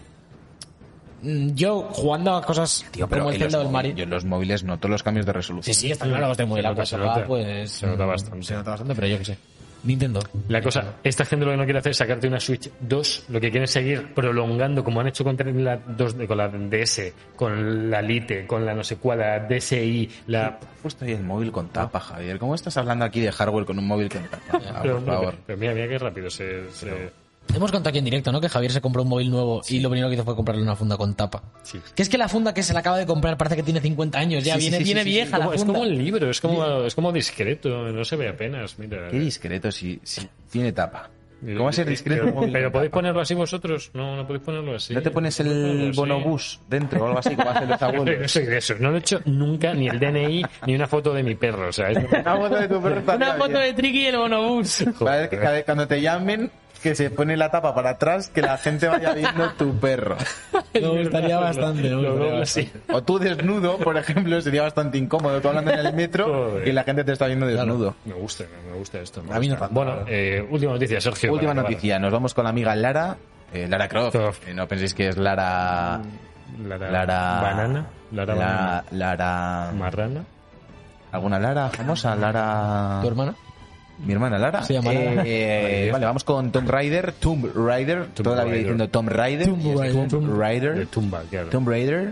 S3: mm, yo jugando a cosas como el
S2: en los
S3: Zelda o el
S2: móvil-
S3: Mario.
S2: yo en los móviles noto los cambios de
S3: Sí,
S2: resolución.
S3: sí, está claro, de muy
S1: Se
S3: la
S1: nota, se
S3: 4K,
S1: nota.
S3: pues.
S1: Se nota
S3: mm,
S1: bastante.
S3: Se nota bastante, pero yo qué sé. Nintendo.
S1: La cosa, esta gente lo que no quiere hacer es sacarte una Switch 2. Lo que quieren es seguir prolongando, como han hecho con la, 2, con la DS, con la Lite, con la no sé cuál, la DSI, la.
S2: Justo ahí el móvil con tapa, Javier. ¿Cómo estás hablando aquí de hardware con un móvil con tapa? Ah,
S1: Pero,
S2: por favor.
S1: pero mira, mira qué rápido se. se-
S3: Hemos contado aquí en directo, ¿no? Que Javier se compró un móvil nuevo y lo primero que hizo fue comprarle una funda con tapa.
S1: Sí.
S3: Que es que la funda que se le acaba de comprar parece que tiene 50 años. Ya
S2: Sí, sí,
S3: viene,
S2: sí, sí,
S3: viene
S2: sí, sí,
S3: vieja
S1: Como-
S3: la
S1: es
S3: funda.
S1: como el libro, es como, es como discreto, no se ve apenas. Mira.
S2: Qué discreto si, si tiene tapa. ¿Cómo va a ser discreto? un
S1: Pero,
S2: móvil
S1: pero
S2: con
S1: podéis
S2: tapa?
S1: ponerlo así vosotros. No, no podéis ponerlo así.
S2: ¿No te pones
S1: Podéis ponerlo
S2: el
S1: así.
S2: bonobús dentro o algo así como hacen los
S1: No
S2: abuelos?
S1: soy de esos. No lo he hecho nunca ni el DNI ni una foto de mi perro. O sea, es-
S2: Una foto de tu perro
S3: Una
S2: estaría
S3: foto
S2: bien.
S3: de Tricky y el bonobús.
S2: Cada vez que- cada vez cuando te llamen, que se pone la tapa para atrás, que la gente vaya viendo tu perro.
S3: Me gustaría bastante. me
S1: Lo
S3: gustaría
S1: veo
S3: bastante.
S1: así.
S2: O tú desnudo, por ejemplo, sería bastante incómodo. Tú hablando en el metro
S1: Joder.
S2: y la gente te está viendo desnudo.
S1: Me gusta, me gusta esto. me
S2: A mí no
S1: gusta.
S2: tanto, la
S1: Bueno, eh, última noticia, Sergio.
S2: Última
S1: para acabar.
S2: noticia. Nos vamos con la amiga Lara. eh, Lara Croft.
S1: Croft.
S2: Eh, no penséis que es Lara...
S1: Lara,
S2: Lara...
S1: Banana. Lara,
S2: La-
S1: Banana.
S2: Lara...
S1: Marrana.
S2: ¿Alguna Lara famosa? Lara...
S3: ¿Tu hermana?
S2: mi hermana Lara.
S3: Se llama Lara.
S2: Eh, vale, vamos con Tomb Raider, Tomb Raider,
S1: Tomb
S2: toda la vida
S1: Raider.
S2: diciendo Tomb Raider,
S3: Tomb
S2: y es
S3: Raider.
S2: Tomb
S1: De
S2: Raider,
S1: tumba, claro.
S2: Tomb Raider,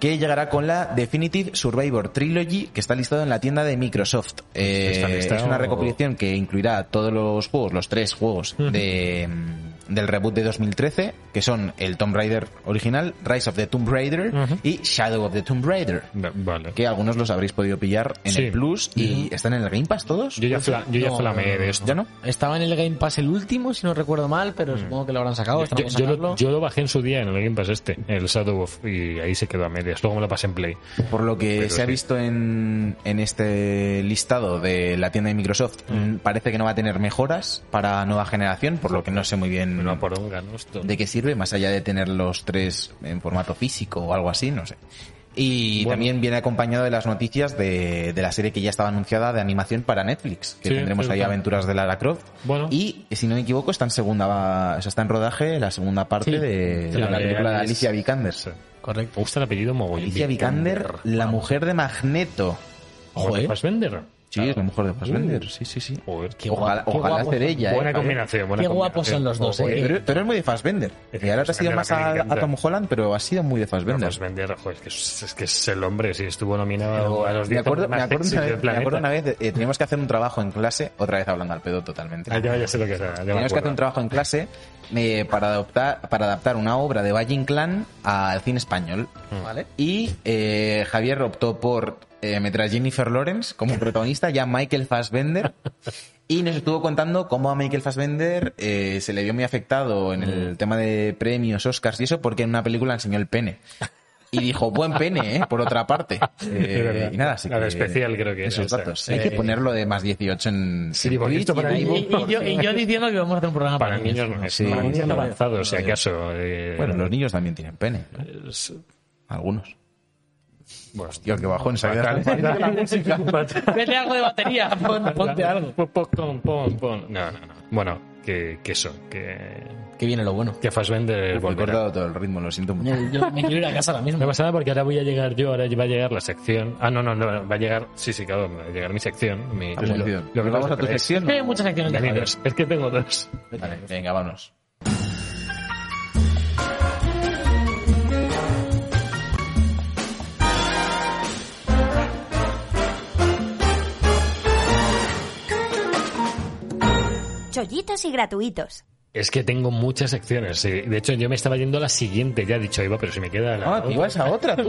S2: que llegará con la Definitive Survivor Trilogy, que está listado en la tienda de Microsoft. Eh,
S1: Pues ¿Está listado?
S2: es una recopilación que incluirá todos los juegos, los tres juegos de, mm, del reboot de 2013, que son el Tomb Raider original, Rise of the Tomb Raider
S1: Ujú.
S2: y Shadow of the Tomb Raider.
S1: Va- Vale.
S2: Que algunos los habréis podido pillar en
S1: Sí.
S2: el Plus y están en el Game Pass todos.
S1: Yo ya, fla- yo ya
S3: No,
S1: flameé de esto.
S2: ¿Ya no?
S3: Estaba en el Game Pass el último, si no recuerdo mal, pero supongo que lo habrán sacado.
S1: Mm. Yo,
S3: estarán por
S1: yo lo,
S3: sacarlo.
S1: yo lo bajé en su día en el Game Pass este, el Shadow of, y ahí se quedó a medias. Luego me lo pasé en Play.
S2: Por lo que
S1: Pero
S2: se ha
S1: sí.
S2: visto en, en este listado de la tienda de Microsoft, mm, parece que no va a tener mejoras para nueva generación, por lo que no sé muy
S1: Me
S2: bien
S1: lo aporongan, esto.
S2: de qué sirve, más allá de tener los tres en formato físico o algo así, no sé. Y
S1: Bueno.
S2: también viene acompañado de las noticias de, de la serie que ya estaba anunciada de animación para Netflix, que
S1: Sí,
S2: tendremos ahí
S1: cierto.
S2: Aventuras de Lara Croft.
S1: Bueno.
S2: Y, si no me equivoco, está en segunda, o sea, está en rodaje la segunda parte
S3: Sí,
S2: de,
S1: de
S2: la,
S1: la de
S2: película de
S1: Alice.
S2: Alicia Vikander.
S1: Sí.
S3: Correcto.
S1: Me gusta el apellido mogollón.
S2: Alicia Vikander, la mujer de Magneto.
S1: Ojo,
S3: Joder.
S1: ¿eh? Fassbender.
S2: Sí, es la mujer de Fassbender,
S1: Uh,
S2: sí, sí, sí.
S1: Joder.
S3: Qué
S2: Ojalá,
S3: guapo, qué
S2: ojalá
S3: guapo.
S2: ser ella,
S1: buena
S2: eh.
S1: combinación. buena
S3: Qué guapos
S1: combinación.
S3: son los dos,
S1: Ojo,
S3: eh.
S2: Pero, pero eres muy de Fassbender.
S1: Es
S2: Y ahora te
S1: que
S2: has ido
S1: me
S2: más
S1: encanta.
S2: a, a Tom Holland, pero has sido muy de
S1: Pero
S2: Fassbender.
S1: Fassbender, joder, es que es, es que es el hombre. Si estuvo nominado a los
S2: Me
S1: 10
S2: acuerdo, me
S1: más
S2: acuerdo
S1: sexys
S2: una
S1: del
S2: vez, me
S1: planeta.
S2: acuerdo una vez, eh, teníamos que hacer un trabajo en clase, otra vez hablando al pedo totalmente.
S1: Ah, ya, ya sé lo que será. ya me
S2: Teníamos que
S1: acuerdo.
S2: hacer un trabajo en clase eh, para, adoptar, para adaptar una obra de Valle Inclán al cine español.
S1: Mm.
S3: ¿Vale?
S2: Y eh, Javier optó por eh, meter a Jennifer Lawrence como protagonista, ya Michael Fassbender. Y nos estuvo contando cómo a Michael Fassbender eh, se le vio muy afectado en
S1: Mm.
S2: el tema de premios, Oscars y eso, porque en una película enseñó el pene. Y dijo, buen pene, ¿eh? por otra parte. Eh,
S1: Es verdad.
S2: y nada, así
S1: La
S2: que-
S1: de especial creo que
S2: Esos
S1: era esa.
S2: datos. Hay que ponerlo de más 18 en.
S1: Sí,
S2: en
S1: porque esto
S2: Twitch y
S1: para
S2: en
S1: niños-
S2: iVoox,
S3: Y yo, y yo diciendo que vamos a hacer un programa
S1: Para niños no es.
S2: Sí.
S1: Para niños
S3: No,
S1: avanzados, si
S3: no, no.
S1: acaso. eh,
S2: Bueno, los niños también tienen pene.
S1: es-
S2: Algunos.
S1: bueno,
S2: Tío, que bajó en
S1: fatal,
S2: ¿eh?
S1: fatal. Fatal.
S3: Vete algo de batería, pon- ponte algo.
S1: Pon, pon, pon, pon. No, no, no. Bueno, que, que eso, que,
S3: Que viene lo bueno.
S1: que Fassbender
S2: He
S1: volverá.
S2: cortado todo el ritmo, lo siento mucho.
S3: Yo me quiero ir a casa ahora
S1: No
S3: mismo.
S1: pasa nada porque ahora voy a llegar yo, ahora va a llegar la sección. Ah, no, no, no, va a llegar, sí, sí, claro, va a llegar mi sección. Mi,
S2: Ah, muy
S1: lo-
S2: bien.
S1: lo que
S2: ¿Vamos
S1: pasa
S2: a tu
S1: es-
S2: sección?
S3: Hay Eh, muchas acciones de
S1: Tenía
S3: Javier.
S1: dos. Es que tengo dos.
S2: Vale, venga, vámonos.
S4: Chollitos y gratuitos.
S1: Es que tengo muchas secciones. sí. De hecho, yo me estaba yendo a la siguiente, ya he dicho, iba, pero si me queda la.
S2: Ah, te ibas a otra, tú.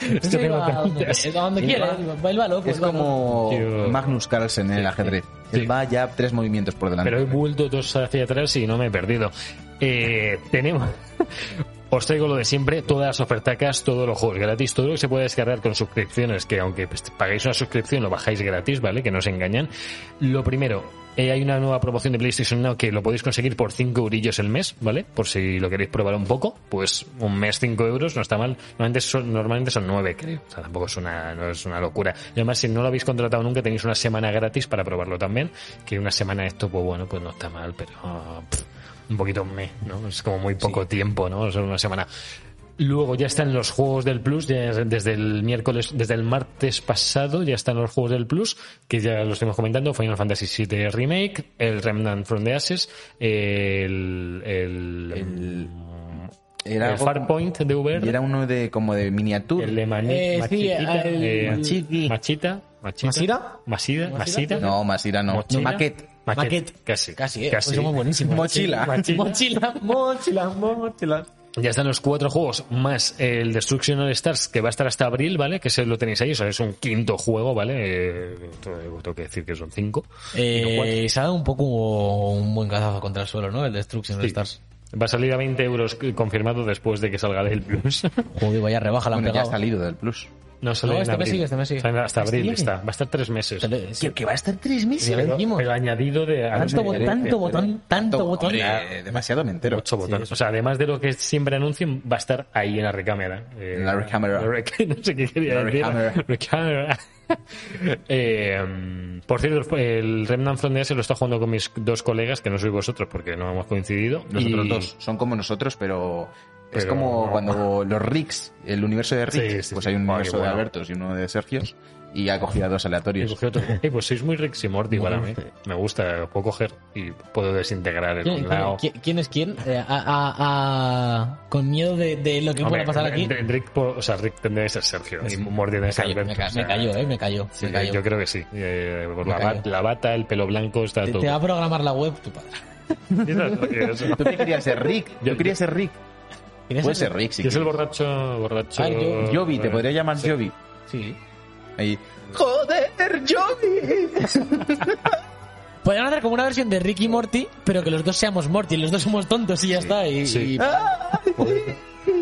S1: Es que
S3: Sí,
S1: tengo
S3: va a donde-
S1: tantas.
S3: a donde quiera, baila loco.
S2: Es
S3: baila loco.
S2: como
S1: Tío.
S2: Magnus Carlsen en el ajedrez.
S1: Sí.
S2: Él va ya tres movimientos por delante.
S1: Pero he vuelto dos hacia atrás y no me he perdido. Eh, tenemos. Os traigo lo de siempre, todas las ofertacas, todos los juegos gratis, todo lo que se puede descargar con suscripciones, que aunque pues, paguéis una suscripción lo bajáis gratis, ¿vale? Que no os engañan. Lo primero, eh, hay una nueva promoción de PlayStation Now que lo podéis conseguir por 5 eurillos el mes, ¿vale? Por si lo queréis probar un poco, pues un mes 5 euros no está mal. Normalmente son, normalmente son 9, creo. O sea, tampoco es una, no es una locura. Y además, si no lo habéis contratado nunca, tenéis una semana gratis para probarlo también. Que una semana esto, pues bueno, pues no está mal, pero... ah, pff, un poquito me, ¿no? Es como muy poco tiempo, ¿no? Solo una semana. Luego ya están los juegos del Plus, ya desde el miércoles, desde el martes pasado ya están los juegos del Plus, que ya los estuvimos comentando, Final Fantasy VII Remake, el Remnant from the Ashes, el... el, mm,
S2: El-
S1: el
S2: Era algo-
S1: Farpoint de Uber,
S2: y era uno de como de miniatura.
S1: el de Mani-
S3: Eh, sí,
S1: Machitita,
S3: el-
S1: eh,
S2: Machiqui.
S1: Machita, Machita,
S3: ¿Masira?
S1: Masida, Masida,
S2: No, Masira no.
S1: Mochila,
S2: Maquet.
S1: Maquet,
S3: Maquet.
S1: casi,
S3: Casi, eh. Pues somos buenísimos.
S2: Mochila.
S3: Sí. Mochila, mochila, mochila.
S1: Ya están los cuatro juegos más el Destruction All Stars que va a estar hasta abril, ¿vale? Que se lo tenéis ahí, o sea, es un quinto juego, ¿vale? Eh, tengo tengo que decir que son cinco. No, cuatro.
S3: Eh, se ha dado un poco un buen cazazo contra el suelo, ¿no? El Destruction All
S1: Sí.
S3: Stars.
S1: Va a salir a 20 euros confirmado después de que salga del Plus.
S3: Joder, vaya rebaja la han
S2: Bueno, ya ha
S3: pegado.
S2: salido del plus.
S1: no, sale
S3: No,
S1: en
S3: este me
S1: abril.
S3: sigue, este me sigue.
S1: Sale Hasta
S3: Este
S1: abril
S3: viene.
S1: está. Va a estar tres meses.
S3: Pero- sí.
S2: que va a estar tres meses.
S3: Ya lo
S1: Pero,
S3: dijimos.
S1: pero añadido de...
S3: Tanto,
S1: de-
S3: botón, tanto botón, tanto botón.
S2: Hombre, demasiado me entero.
S1: Ocho botones. o sea, además de lo que siempre anuncian, va a estar ahí en la recámara. Eh,
S2: En la recámara.
S1: la rec- no sé qué quería
S2: La
S1: decir.
S2: recámara.
S1: Recámara. Eh, por cierto, el Remnant Frontier se lo está jugando con mis dos colegas, que no sois vosotros porque no hemos coincidido.
S2: Nosotros
S1: Y-
S2: dos son como nosotros, pero, es
S1: Pero
S2: como
S1: no.
S2: cuando los Ricks, el universo de Ricks,
S1: Sí, sí,
S2: pues
S1: sí.
S2: hay un
S1: Madre,
S2: universo de
S1: bueno. Pues
S2: Albertos y uno de Sergios. y ya cogí a dos aleatorios.
S1: Y cogí otro. Eh, pues sois muy Rick y Morty para mí. Me gusta, puedo coger y puedo desintegrar el
S3: ¿Quién,
S1: un lado.
S3: quién- quién es quién? Eh, a- a- a- con miedo de, de lo que
S1: Hombre,
S3: pueda pasar aquí.
S1: Rick- Rick, po- o sea, Rick tendría que ser Sergio y Morty tendría que
S3: Me
S1: ser
S3: cayó, me,
S1: Alberto.
S3: ca-
S1: o sea,
S3: me cayó, eh, me cayó.
S1: sí,
S3: me cayó.
S1: Yo creo que sí. Eh, por
S3: Me
S1: la,
S3: cayó.
S1: bat- la bata, el pelo blanco, está
S3: Te,
S1: todo.
S3: te va a programar la web tu padre.
S1: Quizás, porque es-
S2: ¿Tú qué querías ser? Rick.
S1: Yo-
S2: Yo quería ser Rick.
S3: ¿Quieres
S2: Puede
S3: ser-
S2: ser Rick, sí.
S1: que es el borracho, borracho.
S3: Ah, yo-
S2: Jovi, te podría llamar Jovi.
S3: Sí.
S2: Ahí. ¡Joder, Jovi!
S3: Podrían hacer como una versión de Rick y Morty, pero que los dos seamos Morty, los dos somos tontos y ya está. Y,
S1: sí.
S3: y-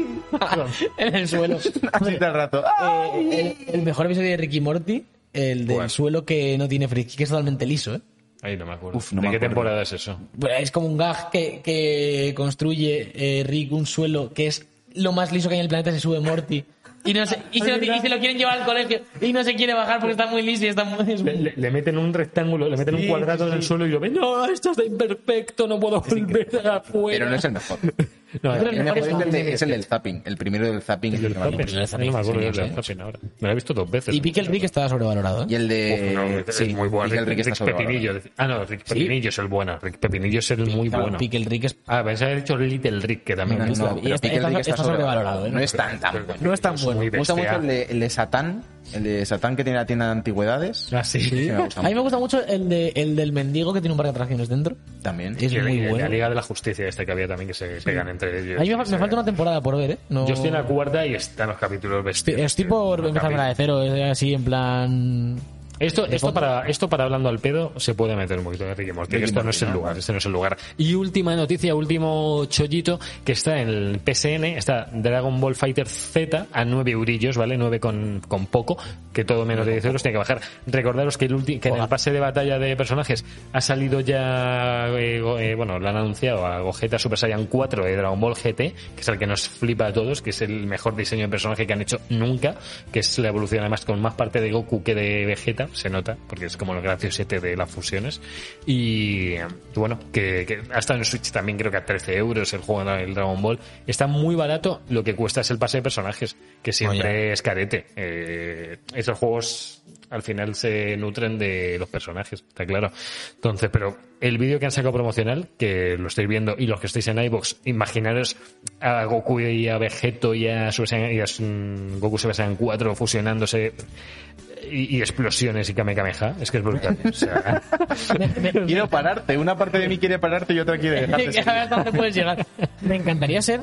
S3: en el suelo.
S2: Así todo el rato. ¡Ah!
S3: Eh, el, el mejor episodio de Rick y Morty, el del
S1: ¿Cuál?
S3: suelo que no tiene friki, que es totalmente liso, ¿eh?
S1: Ahí no me acuerdo.
S2: Uf, no
S1: ¿De
S2: me
S1: qué
S2: acuerdo.
S1: temporada es eso?
S3: Bueno, es como un gag que, que construye eh, Rick un suelo que es lo más liso que hay en el planeta, se sube Morty. Y, no se, y, se, lo, y se lo quieren llevar al colegio y no se quiere bajar porque está muy liso y está muy... es
S1: Le,
S3: muy-
S1: le- le meten un rectángulo, le meten un cuadrado en el suelo y yo, no, esto está imperfecto, no puedo volver afuera.
S2: Pero no es el mejor.
S1: No,
S3: Pero
S2: El
S1: no,
S2: mejor es el, de- es el del zapping. El primero del zapping. es el que más me
S1: Zapping,
S2: gusta.
S1: no me acuerdo del Zapping ahora. Me lo he visto dos veces.
S3: Y Pickle Rick está sobrevalorado. ¿eh?
S2: Y el de.
S1: No, es
S2: sí,
S1: muy bueno.
S2: y el Rick está sobrevalorado.
S1: Pepinillo. Ah, no, Rick Pepinillo es el bueno. Rick Pepinillo es el muy
S3: Claro,
S1: bueno.
S3: Pickle Rick es...
S1: Ah, pensaba que había dicho Little Rick, que también
S2: No,
S1: me gusta.
S2: no, pero
S3: está-
S2: Pickle
S3: está-
S2: Rick
S3: está sobrevalorado, ¿eh?
S2: No es tan tan bueno.
S1: No es tan bueno.
S2: Me gusta mucho el de, el de Satán, el de Satán que tiene la tienda de antigüedades.
S1: Ah, sí.
S2: Sí, me gusta
S3: A mí me gusta mucho el, de, el del mendigo que tiene un par de atracciones dentro.
S2: mucho. También.
S3: Es
S1: Y el-
S3: muy
S1: y el de La
S3: bueno.
S1: Liga de la Justicia este que había también que se pegan entre ellos.
S3: A mí me, me
S1: Sí.
S3: falta una temporada por ver, ¿eh? No-
S1: Yo estoy en la cuarta y están los capítulos bestiales.
S3: Estoy por
S1: Los
S3: empezar
S1: capítulos.
S3: de cero, eh, así en plan...
S1: Esto, esto, para, esto para hablando al pedo se puede meter un poquito de Ricky Morty, que esto no es el lugar, este no es el lugar. Y última noticia, último chollito, que está en el PSN, está Dragon Ball Fighter Z a 9 eurillos, ¿vale? 9 con, con poco, que todo menos de 10 euros tiene que bajar. Recordaros que, el ulti- que en el pase de batalla de personajes ha salido ya, eh, go- eh, bueno, lo han anunciado a Gogeta Super Saiyan 4 de Dragon Ball GT, que es el que nos flipa a todos, que es el mejor diseño de personaje que han hecho nunca, que es la evolución además con más parte de Goku que de Vegeta, se nota, porque es como el graciosete de las fusiones. Y eh, bueno, que, que ha estado en Switch también creo que a 13 euros el juego del Dragon Ball. Está muy barato, lo que cuesta es el pase de personajes, que siempre es carete. Eh, esos juegos al final se nutren de los personajes, está claro. Entonces, pero el vídeo que han sacado promocional, que lo estáis viendo, y los que estáis en iVoox, imaginaros a Goku y a Vegeto y a, Super Saiyan- y a mm, Goku Super Saiyan 4 fusionándose y, y explosiones y Kamehameha. Es que es brutal. o sea,
S2: Quiero pararte. Una parte de mí quiere pararte y otra quiere dejarte.
S3: Que a ver
S2: seguir.
S3: hasta dónde puedes llegar. Me encantaría ser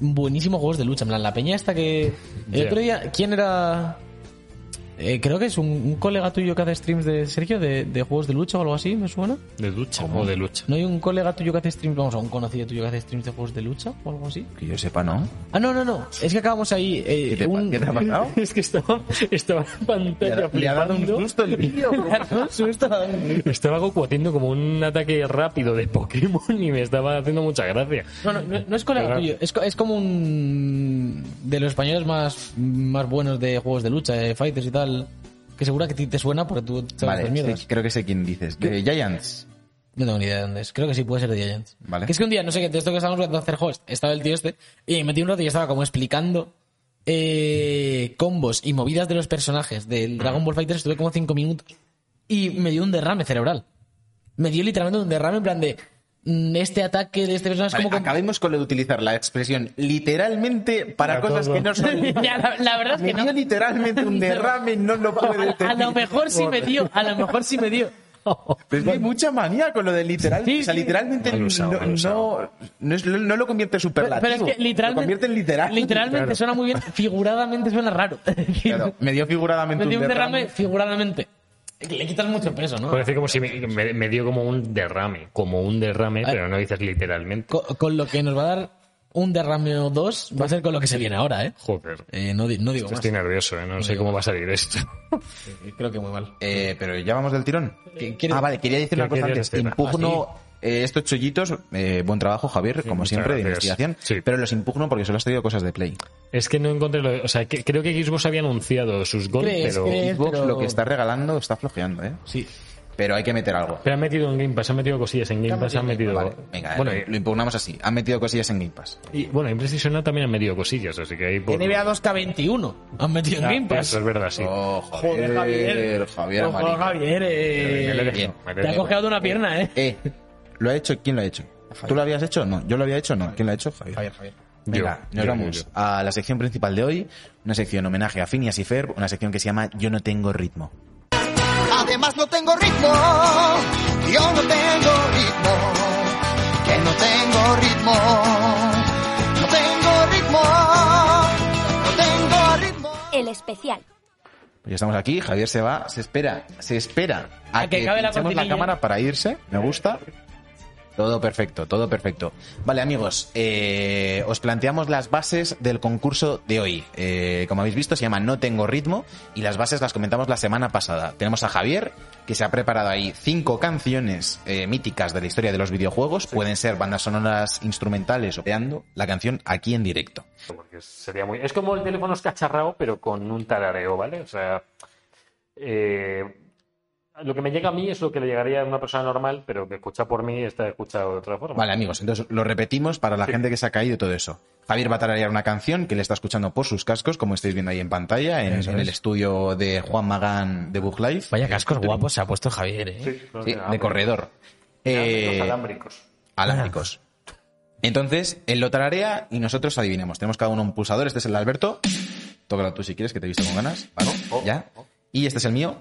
S3: buenísimos juegos de lucha. En plan, la peña esta que. El
S1: Yeah.
S3: otro día, ¿quién era.? Eh, creo que es un, un colega tuyo que hace streams de Sergio, de, de juegos de lucha o algo así, ¿me suena?
S1: de lucha, o de lucha.
S3: ¿No hay un colega tuyo que hace streams, vamos, a un conocido tuyo que hace streams de juegos de lucha o algo así?
S2: Que yo sepa, ¿no?
S3: Ah, no, no, no. Es que acabamos ahí. eh,
S2: ¿Qué te, pa-
S3: un-
S2: qué te ha pasado?
S1: Es que estaba, estaba en
S2: Le
S1: pantalla
S2: ha, le ha dado un
S1: flipando.
S2: susto el vídeo.
S3: Un susto.
S1: Estaba Goku haciendo como un ataque rápido de Pokémon y me estaba haciendo mucha gracia.
S3: No, no, no, no es colega
S1: Claro.
S3: tuyo, es, co- es como un de los españoles más, más buenos de juegos de lucha, de fighters y tal, que seguro que a ti te suena porque tú sabes
S2: Vale,
S3: estas mierdas.
S2: sí, creo que sé quién dices. De Giants.
S3: No tengo ni idea de dónde es, creo que sí puede ser de Giants.
S2: Vale.
S3: Que es que un día, no sé qué, de esto que estábamos tratando de hacer host, estaba el tío este, y me metí un rato y estaba como explicando eh, combos y movidas de los personajes
S2: Mm.
S3: del Dragon Ball Fighter, estuve como cinco minutos, y me dio un derrame cerebral. Me dio literalmente un derrame en plan de... mm, Este ataque de este personaje
S2: Vale,
S3: es como... que-
S2: Acabemos con lo de utilizar la expresión literalmente para
S1: Para
S2: cosas
S1: todo.
S2: que no son.
S3: Ya, la, la verdad es
S2: Me
S3: que
S2: dio
S3: no.
S2: literalmente un derrame, no lo puedo
S3: A lo
S2: entender.
S3: mejor sí me dio, a lo mejor sí me dio.
S2: Pero es que hay mucha manía con lo de literal.
S3: Pues Sí,
S2: o sea,
S3: sí.
S2: literalmente
S1: Mal usado,
S2: no,
S1: mal usado.
S2: no- no es- no lo convierte en
S3: Pero,
S2: superlativo.
S3: pero es
S2: Lo
S3: que literalmente,
S2: convierte en literal.
S3: literalmente
S1: Claro.
S3: suena muy bien, figuradamente suena raro.
S2: Claro, me dio figuradamente
S3: me dio
S2: un derrame.
S3: figuradamente. Le quitas mucho peso, ¿no?
S1: Parece como si me, me- me dio como un derrame, como un derrame, pero no dices literalmente.
S3: Co- Con, lo que nos va a dar un derrame o dos, va a ser con lo que se viene ahora, ¿eh?
S1: Joder,
S3: Eh, no, di- no digo más.
S1: estoy nervioso, ¿eh? no sé cómo va a salir esto.
S3: Creo que muy mal.
S2: Eh, pero ya vamos del tirón.
S3: ¿Qué- quieres- Ah,
S2: Ah, vale, quería decir una
S1: ¿Qué
S2: cosa
S1: quieres
S2: antes.
S1: decir?
S2: Impugno eh, estos chollitos. eh, buen trabajo, Javier, como
S1: muchas
S2: siempre, de
S1: gracias.
S2: investigación.
S1: Sí.
S2: Pero los impugno porque solo has traído cosas de Play.
S1: Es que no encontré lo- O sea, que- creo que Xbox había anunciado sus goles,
S3: ¿Crees,
S1: pero...
S3: crees? Eh,
S2: Xbox
S3: pero-
S2: lo que está regalando está flojeando, ¿eh?
S3: Sí.
S2: pero hay que meter algo.
S1: Pero han metido en Game Pass, han metido cosillas en Game Pass, han metido...
S2: Vale, venga, eh,
S1: bueno,
S2: lo,
S1: y-
S2: lo impugnamos así. Han metido cosillas en Game Pass.
S1: y, bueno, en PlayStation Now también han metido cosillas, así que ahí... por-
S3: NBA 2K21 han metido en
S1: Ah,
S3: Game Pass.
S1: Eso es verdad, sí. eh,
S2: Oh,
S3: Joder, Javier.
S2: Javier,
S3: Ojo,
S2: amarillo.
S3: Javier, eh,
S1: Me lo he dejado,
S2: bien.
S1: me lo he
S3: Te ha
S1: dejado.
S3: cojeado una pierna, eh.
S2: Eh, ¿lo ha hecho? ¿Quién lo ha hecho? ¿Tú lo habías hecho? No, yo lo había hecho, no. ¿Quién lo ha hecho? Javier.
S3: Javier.
S2: Venga,
S1: Yo,
S2: nos
S1: yo,
S2: vamos
S1: yo, yo.
S2: a la sección principal de hoy, una sección homenaje a Phineas y Ferb, una sección que se llama Yo no tengo ritmo.
S5: Además no tengo ritmo, yo no tengo ritmo, que no tengo ritmo, no tengo ritmo, no tengo ritmo.
S4: El especial.
S2: Pues ya estamos aquí, Javier se va, se espera, se espera a,
S3: A que
S2: que,
S3: acabe la
S2: pinchemos la
S3: cortinilla.
S2: cámara para irse, me gusta. Todo perfecto, todo perfecto. Vale, amigos, eh, os planteamos las bases del concurso de hoy. Eh, como habéis visto, se llama No Tengo Ritmo y las bases las comentamos la semana pasada. Tenemos a Javier, que se ha preparado ahí cinco canciones eh, míticas de la historia de los videojuegos. Pueden ser bandas sonoras instrumentales o creando la canción aquí en directo.
S1: Porque sería muy... Es como el teléfono escacharrao, pero con un tarareo, ¿vale? O sea... eh, Lo que me llega a mí es lo que le llegaría a una persona normal, pero que escucha por mí está escuchado de otra forma.
S2: Vale, amigos, entonces lo repetimos para la gente que se ha caído todo eso. Javier va a tararear una canción que le está escuchando por sus cascos, como estáis viendo ahí en pantalla, en, en el estudio de Juan Magán de Book Life.
S3: Vaya cascos guapos se ha puesto Javier, eh.
S1: Sí, no,
S2: Sí,
S1: no,
S2: de
S1: no,
S2: corredor.
S1: Los
S2: Eh,
S1: alámbricos.
S2: alámbricos. Entonces, él lo tararea y nosotros adivinemos. Tenemos cada uno un pulsador. Este es el de Alberto. Tócalo tú si quieres, que te he visto con ganas. Vale,
S1: Oh,
S2: ya.
S1: oh.
S2: Y este es el mío.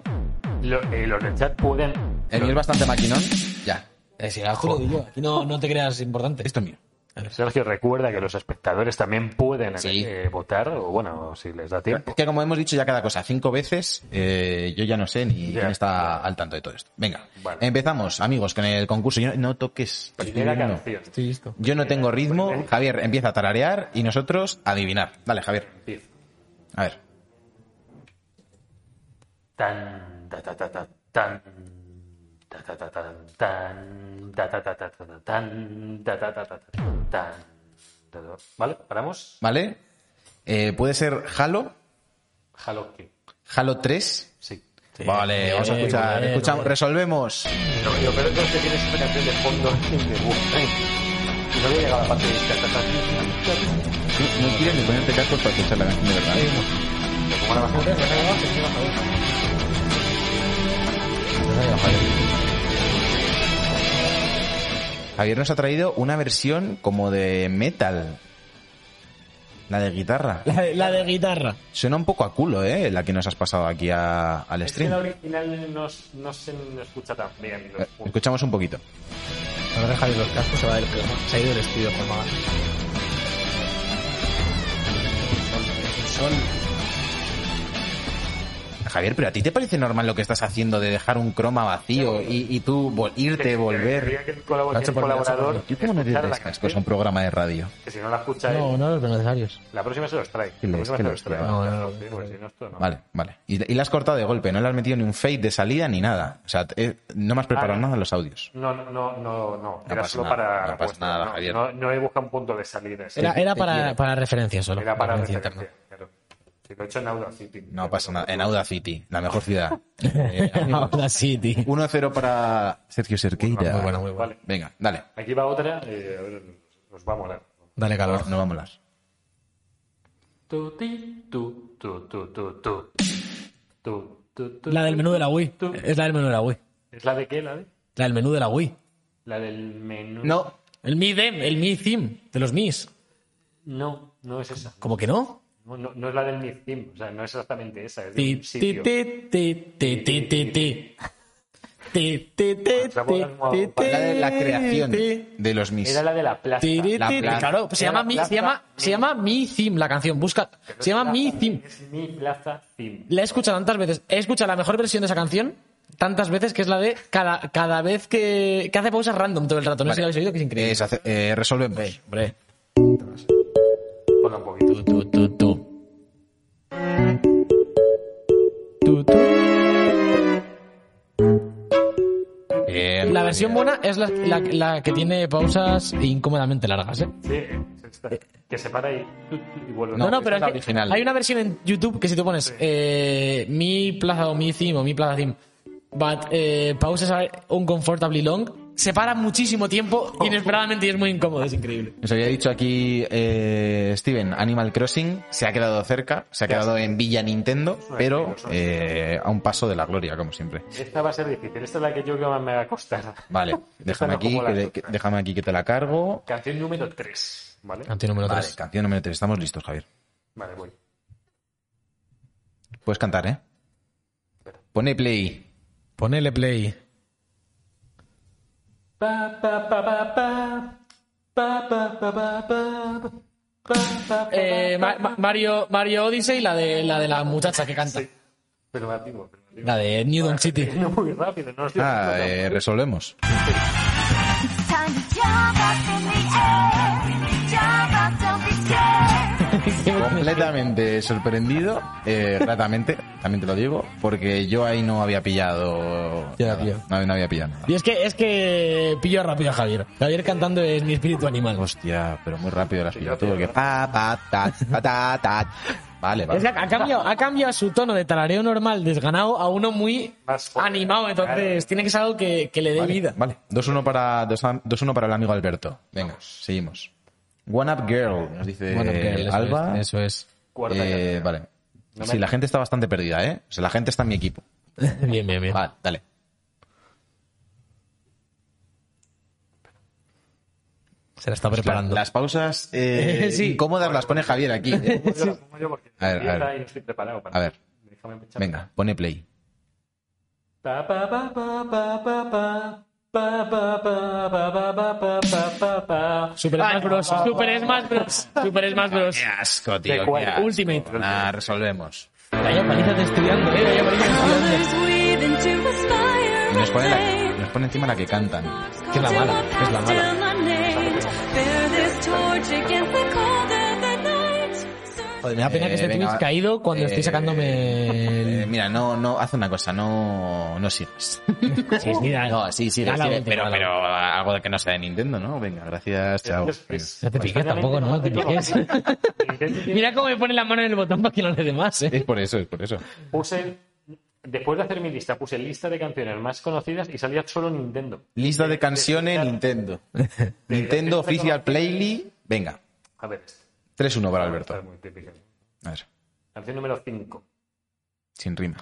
S1: Lo- eh, los del chat pueden.
S2: El mío es bastante maquinón. Ya.
S3: Eh, si la juro, digo, aquí no, no te creas importante.
S2: Esto es mío.
S1: Sergio, recuerda que los espectadores también pueden
S2: Sí.
S1: eh, votar, o bueno, si les da tiempo.
S2: Es que como hemos dicho ya cada cosa cinco veces, eh, yo ya no sé ni
S1: Ya.
S2: quién está al tanto de todo esto. Venga,
S1: Vale.
S2: empezamos, amigos, con el concurso. Yo no toques.
S1: Primera
S2: Estoy viendo.
S1: canción.
S3: Estoy listo.
S2: Yo no tengo ritmo. Javier empieza a tararear y nosotros a adivinar. Dale, Javier.
S1: Empieza.
S2: A ver.
S1: Tan, ta, ta, ta, ta, tan, ta, ta, ta, tan, tan, ta, ta, ta, ta, ta, ta, tan, ta, ta, ta, ta, ta, tan, ta, ta. ¿Vale? ¿Paramos?
S2: ¿Vale? Eh, puede ser Halo,
S1: Halo que-
S2: Halo 3.
S1: Sí.
S2: vale,
S3: Bien,
S2: vamos a escuchar.
S3: bien,
S2: escuchamos,
S3: bien.
S2: resolvemos.
S1: Lo, lo peor de todo es que tienes esta canción de fondo de Wu-Tang. Y no había llegado a la parte de ta, ta, ta, ta, ta.
S2: No, no quieres ni ponerte cascos para escuchar la canción de verdad.
S1: Como la bajada.
S2: Javier nos ha traído una versión como de metal. La de guitarra.
S3: La de, la de guitarra.
S2: Suena un poco a culo, ¿eh? La que nos has pasado aquí a- al
S1: Es que la
S2: stream.
S1: original no, s- no se no escucha tan bien. los
S2: Eh,
S1: puntos.
S2: Escuchamos un poquito.
S3: Ahora Javier los cascos se va del Se ha ido del estudio con Magal.
S2: Javier, pero ¿a ti te parece normal lo que estás haciendo de dejar un croma vacío y, y tú vol- irte,
S1: Que-
S2: volver?
S1: que- que el colabo-
S2: Macho,
S1: el
S2: por Dios,
S1: colaborador
S2: ¿Tú cómo no
S1: escuchara
S2: tienes
S1: la
S2: cascos
S1: canción,
S2: a un programa de radio?
S1: que si no la escucha él,
S3: No, no los necesarios.
S1: la próxima se los trae.
S2: Que
S1: La
S2: los-
S1: próxima
S2: que
S1: se
S2: los
S1: los trae.
S2: trae.
S3: No, no,
S1: Claro,
S3: no,
S1: sí, porque si no, esto no.
S2: Vale, vale. Y, y la has cortado de golpe, no le has metido ni un fade de salida ni nada. O sea, te- eh, no me has preparado
S1: Ah, no.
S2: nada los audios.
S1: No, no, no, no, no. Era
S2: pasa
S1: solo
S2: nada,
S1: para
S2: no
S1: la
S2: pasa
S1: muestra,
S2: nada,
S1: no,
S2: Javier.
S1: No, no he buscado un punto de salida. sí.
S3: Era, era
S2: quiere.
S3: para, para referencia solo.
S1: Era para
S3: referencia
S1: referencia. Claro. Si lo he hecho en Audacity.
S2: No pasa nada. En Audacity, la mejor ciudad. Eh,
S3: interna. Ahora sí, tío.
S2: 1-0 para Sergio Cerqueira.
S3: Muy bueno, muy bueno.
S1: Vale.
S2: Venga, dale.
S1: Aquí va otra. eh, a ver, os va a molar.
S3: Dale calor.
S2: No va a molar.
S1: Tu, ti, tu, tu, tu, tu, tu. Tu, tu, tu,
S3: La del
S1: tu.
S3: menú de la Wii.
S1: Tú.
S3: Es la del menú de la Wii.
S1: ¿Es la de qué? La, de?
S3: La del menú de la Wii.
S1: la del menú.
S2: No,
S3: El Mi Dem, el Mi Theme, de los Mis.
S1: No, no es esa.
S3: ¿Cómo que no?
S1: No, no- no es la del Niftim, o sea, no es exactamente esa, es de
S3: Ti,
S1: un
S3: ti,
S1: sitio.
S3: ti, ti, ti, ti, ti, ti. Ti, ti, ti, ti, ti, ti,
S2: la de la creación
S3: ti.
S2: de los Mis.
S1: Era la de la plaza.
S3: Tiri,
S2: La
S3: tiri.
S2: plaza.
S3: Claro, pues se
S1: Era
S3: llama,
S1: la
S3: mi,
S1: plaza.
S3: se, llama, se llama Mi Theme la canción. Busca. Se llama
S1: Plaza,
S3: Mi Theme.
S1: Es mi plaza Zim.
S3: La he escuchado tantas veces. He escuchado la mejor versión de esa canción tantas veces que es la de cada, cada vez que, que hace pausas random todo el rato. No sé
S2: Vale.
S3: si la habéis oído, que es increíble.
S2: Es hace- eh, resolvemos.
S3: Hombre.
S1: Ponla un poquito.
S3: Tu, tu, tu, tu. Tu, tu.
S2: Bien,
S3: La versión
S2: bien.
S3: buena es la, la- la que tiene pausas incómodamente largas, ¿eh?
S1: Sí, es esta. Que se para y, y vuelve.
S3: No, no,
S2: esa
S3: pero
S2: es
S3: es
S2: la
S3: que
S2: original.
S3: hay una versión en YouTube que si tú pones eh, mi plaza o mi theme o mi plaza theme but eh, pauses are uncomfortably long. Se para muchísimo tiempo inesperadamente y es muy incómodo, es increíble.
S2: Nos había dicho aquí eh, Steven, Animal Crossing se ha quedado cerca, se ha quedado en Villa Nintendo, pero eh, a un paso de la gloria, como siempre.
S1: Esta va a ser difícil. Esta es la que yo creo que más me va a costar.
S2: Vale, déjame
S1: no
S2: aquí,
S1: como la
S2: que, de-
S1: otra.
S2: que- déjame aquí que te la cargo.
S1: Canción número 3. ¿Vale?
S3: Ante número
S2: Vale,
S3: 3.
S2: canción número 3, estamos listos, Javier.
S1: Vale, voy.
S2: Puedes cantar, ¿eh? Pone play.
S3: Ponele play.
S1: Pa, pa, pa, pa, pa. Pa, pa, pa, pa, pa. Pa, pa, pa,
S3: Eh,
S1: pa,
S3: Ma- Ma- Mario, Mario Odyssey, la de, la de la muchacha que canta.
S1: Pero me activo, pero me activo.
S3: La de New Donk City.
S1: No muy rápido, no estoy
S2: Ah,
S1: haciendo
S2: eh, resolvemos.
S5: Time to jump up in the air. Jump up, don't be scared.
S2: Completamente sorprendido, eh, gratamente, también te lo digo, porque yo ahí no había pillado.
S3: Ya,
S2: nada,
S3: tío.
S2: no, no había pillado nada.
S3: Y es que, es que pillo rápido a Javier. Javier cantando es mi espíritu animal.
S2: Hostia, pero muy rápido las pillado tú, porque pa, pa, ta, ta, ta, ta. Vale,
S3: Es que
S2: vale.
S3: ha cambiado, ha cambiado su tono de tarareo normal desganado a uno muy
S1: Más fuerte.
S3: animado. Entonces tiene que ser algo que, que le dé vida.
S2: Vale, vale. 2-1 para, 2-1 para el amigo Alberto. Venga, seguimos. One Up Girl, nos dice
S3: Bueno, que eso
S2: Alba.
S3: es, eso es.
S1: Cuarta
S2: Eh,
S1: canción.
S2: vale.
S1: No me-
S2: Sí, la gente está bastante perdida, ¿eh? O sea, la gente está en mi equipo.
S3: bien, bien, bien.
S2: Vale, dale.
S3: Se la está preparando.
S2: Las pausas eh,
S3: Sí.
S2: incómodas las pone Javier aquí. ¿eh?
S1: Yo la pongo yo porque
S2: A ver,
S1: empieza
S2: a ver.
S1: y no estoy preparado para
S2: A ver,
S1: Déjame pensar.
S2: venga, pone play.
S1: Pa, pa, pa, pa, pa, pa, pa. Pa, pa, pa, pa, pa, pa, pa, pa, pa, pa.
S3: Super Smash Bros. Super Smash Bros. Super Smash Bros.
S2: Qué asco,
S1: ¿De
S2: tío.
S1: cuál?
S2: qué asco.
S3: Ultimate.
S2: Nah, resolvemos.
S3: Vaya paliza de estudiando, eh. Vaya paliza de estudiando.
S2: Y Nos pone, la- nos pone encima la que cantan.
S3: Que es la mala, que es la
S2: Eh,
S3: mala. Joder, me da pena
S2: Eh,
S3: que este
S2: venga,
S3: Twitch caído cuando
S2: eh,
S3: estoy sacándome
S2: eh,
S3: el...
S2: mira, no, no, haz una cosa, no, no sigas.
S3: Sí, mira,
S2: Ah, No, sí, sí,
S3: a
S2: sí,
S3: la última,
S2: pero,
S3: a la
S2: pero algo de que no sea de Nintendo, ¿no? Venga, gracias, chao.
S1: Dios,
S2: Venga.
S1: es-
S3: No te piques
S1: extrañamente
S3: tampoco, ¿no?
S1: hace
S3: Te piques.
S1: todo. Nintendo tiene-
S3: Mira cómo me pone la mano en el botón para que no le dé más, eh.
S2: Es por eso, es por eso.
S1: Puse, después de hacer mi lista, puse lista de canciones más conocidas y salía solo Nintendo.
S2: Lista de canciones Nintendo. Nintendo Official Playlist. Venga,
S1: A ver, esto
S2: 3-1 para
S1: esta es
S2: Alberto.
S1: muy típica.
S2: A ver,
S1: Canción número 5.
S2: sin rima.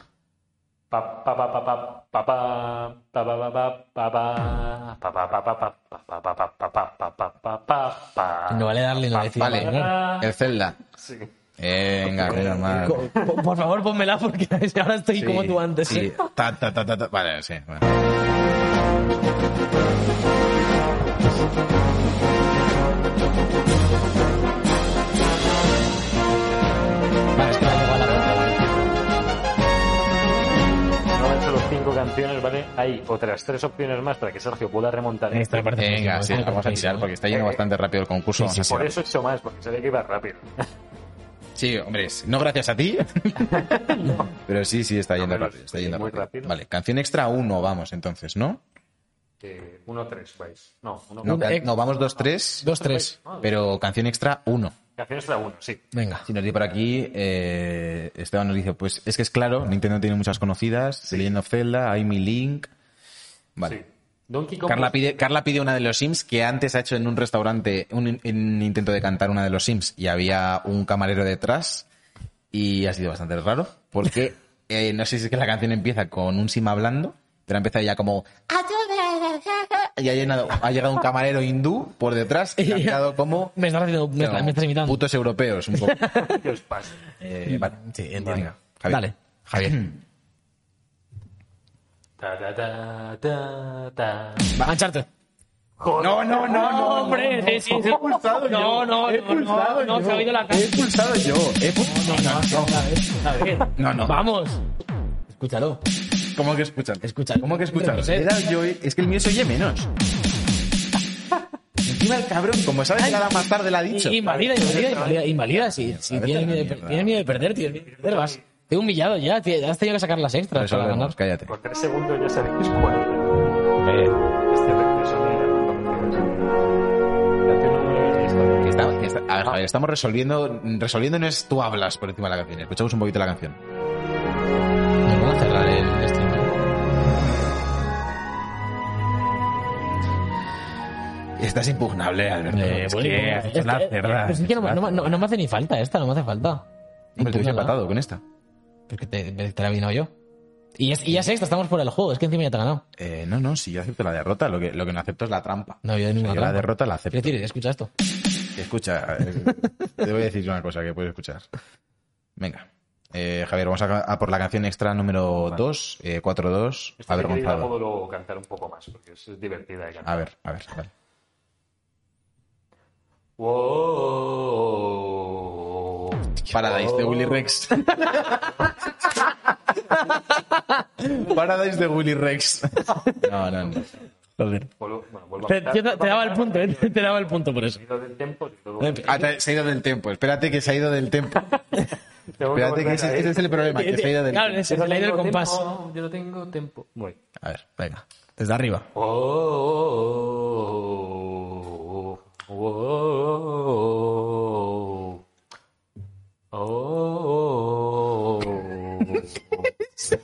S1: Pa, pa, pa, pa, pa, pa, pa, pa, pa, pa, pa, pa, pa, pa, pa, pa, pa, pa, pa, pa, pa, pa, pa, pa, pa, pa, pa.
S3: No vale Ah, darle la decisión.
S2: Vale, el Zelda.
S1: Sí.
S2: Eh, venga, menos mal.
S3: Por, por favor, pónmela porque ahora estoy
S2: Sí,
S3: como tú antes.
S2: sí.
S3: ¿eh?
S2: Ta, ta, ta, ta, ta. Vale, sí. bueno.
S3: Vale, es que la llevo a la-
S1: No han solo cinco canciones, ¿vale? Hay otras tres opciones más para que Sergio pueda remontar.
S3: Esto me parece
S2: Venga,
S3: muchísimo,
S2: sí,
S3: me parece
S2: vamos a
S3: muchísimo,
S2: tirar
S3: ¿eh?
S2: porque está yendo bastante rápido el concurso.
S3: Sí,
S2: vamos
S1: Por
S2: a tirar.
S1: eso he hecho más, porque sabía que iba rápido.
S2: Sí, hombre, es- no gracias a ti. Pero sí, sí, está yendo
S1: pero
S2: rápido. Está
S1: sí,
S2: yendo
S1: muy
S2: rápido.
S1: rápido.
S2: Vale, canción extra 1, vamos entonces, ¿no?
S1: Eh, uno, tres, vais. No, uno,
S2: No, ca-
S3: ex-
S2: no, vamos 2-3,
S3: Dos, tres.
S2: pero canción extra 1.
S1: Canciones de uno, sí.
S3: Venga.
S2: Si nos dice por aquí, eh, Esteban nos dice, pues es que es claro, Nintendo tiene muchas conocidas, The Legend of Zelda, I'm Link. Vale.
S1: Sí. Donkey Kong.
S2: Carla pide, Carla pide una de los Sims que antes ha hecho en un restaurante un, un intento de cantar una de los Sims y había un camarero detrás y ha sido bastante raro porque eh, no sé si es que la canción empieza con un Sim hablando, pero empieza ya como y ha, llenado- ha llegado un camarero hindú por detrás y ha llegado como
S3: Me estás, haciendo, me, estás, me estás imitando.
S2: putos europeos un poco.
S1: ¿Qué os pasa?
S2: Eh, vale.
S3: Sí, entiendo.
S2: Venga, Javier.
S3: Dale, Javier.
S1: Ta, ta, ta, ta, ta.
S3: Mancharte.
S1: Joder.
S2: No, no, no, no, no.
S3: hombre, sí, sí, sí.
S2: He pulsado
S3: No,
S2: yo.
S3: no,
S2: he
S3: no,
S2: pulsado
S3: no, no,
S2: yo.
S3: se ha oído la cara.
S2: He pulsado yo. He pu- no, no, no. No, no.
S3: Vamos. Escúchalo.
S2: ¿Cómo que escuchan?
S3: Escucha.
S2: ¿Cómo que escuchan?
S3: No sé.
S2: Le he dado yo y- es que el mío se oye menos. Encima el cabrón, como sabes que nada más tarde la ha dicho.
S3: Invalida, invalida, invalida, invalida. Si, si
S2: Vete a
S3: tienes,
S2: la
S3: miedo de, per-
S2: mierda.
S3: tienes miedo de perder, tienes miedo de perder, vas. Te he humillado ya, tío, has tenido que sacar las extras para ganar.
S2: Resolvemos, cállate.
S1: Por tres segundos ya sabéis cuál.
S2: Eh,
S1: Este regreso de la Canción número diez, esta.
S2: que está- que está- a ver, Javier, estamos resolviendo. Resolviendo no es tú hablas por encima de la canción. Escuchamos un poquito la canción.
S3: Vamos a cerrar el stream.
S2: Esta es impugnable, Alberto.
S3: Eh,
S2: es
S3: bueno,
S2: que
S3: es
S2: es una
S3: que-
S2: cerda.
S3: pero es que no, me- no me- no- no me hace ni falta esta, no me hace falta. pues
S2: Hombre, te hubiese
S3: Impugnada.
S2: empatado con esta.
S3: Porque te, te la he adivinado yo. Y, es- y ya sexta, estamos fuera del juego, es que encima ya te he ganado.
S2: Eh, no, no, si yo acepto la derrota, lo que, lo que no acepto es la trampa.
S3: No, yo
S2: O sea,
S3: ninguna
S2: la
S3: trampa.
S2: derrota la acepto.
S3: Quiero decir, escucha esto.
S2: Escucha, eh, te voy a decir una cosa que puedes escuchar. Venga. Eh, Javier, vamos a, a por la canción extra número 2, eh, 4-2,
S6: Esta sí que la
S2: avergonzado.
S6: puedo luego cantar un poco más, porque es divertida de cantar.
S2: A ver, a ver, vale.
S6: Wow.
S2: Paradise de Willy Rex. Paradise de Willy Rex. No, no, no.
S6: Vuelvo- bueno, vuelvo a
S3: Te,
S6: cantar.
S3: yo te- te daba el punto, ¿eh? te, daba el punto por eso.
S6: Sonido del tempo, y luego-
S2: Ah, te- se ha ido del tiempo. Espérate que se ha ido del tiempo.
S6: Tengo que
S2: Espérate
S6: volver
S2: que
S6: a
S2: ese,
S6: ir.
S2: ese es el problema, que se ha ido del
S3: Claro,
S2: tiempo.
S3: se, se le ha ido el
S6: Tengo
S3: compás.
S6: tiempo, Yo no tengo tiempo. Voy.
S2: A ver, venga. Desde arriba.
S6: Oh, oh, oh, oh, oh,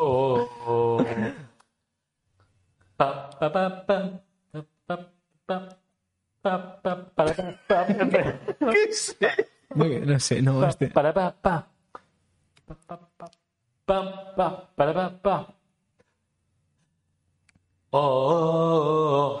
S6: oh, oh, oh. Pa, pa, pa, pa, pa, pa, pa, pa, para, pa, pa,
S3: No sé, no,
S6: pa, para, pa, pa. Pa, pa, pa, pa, pa, para, pa, pa. Oh,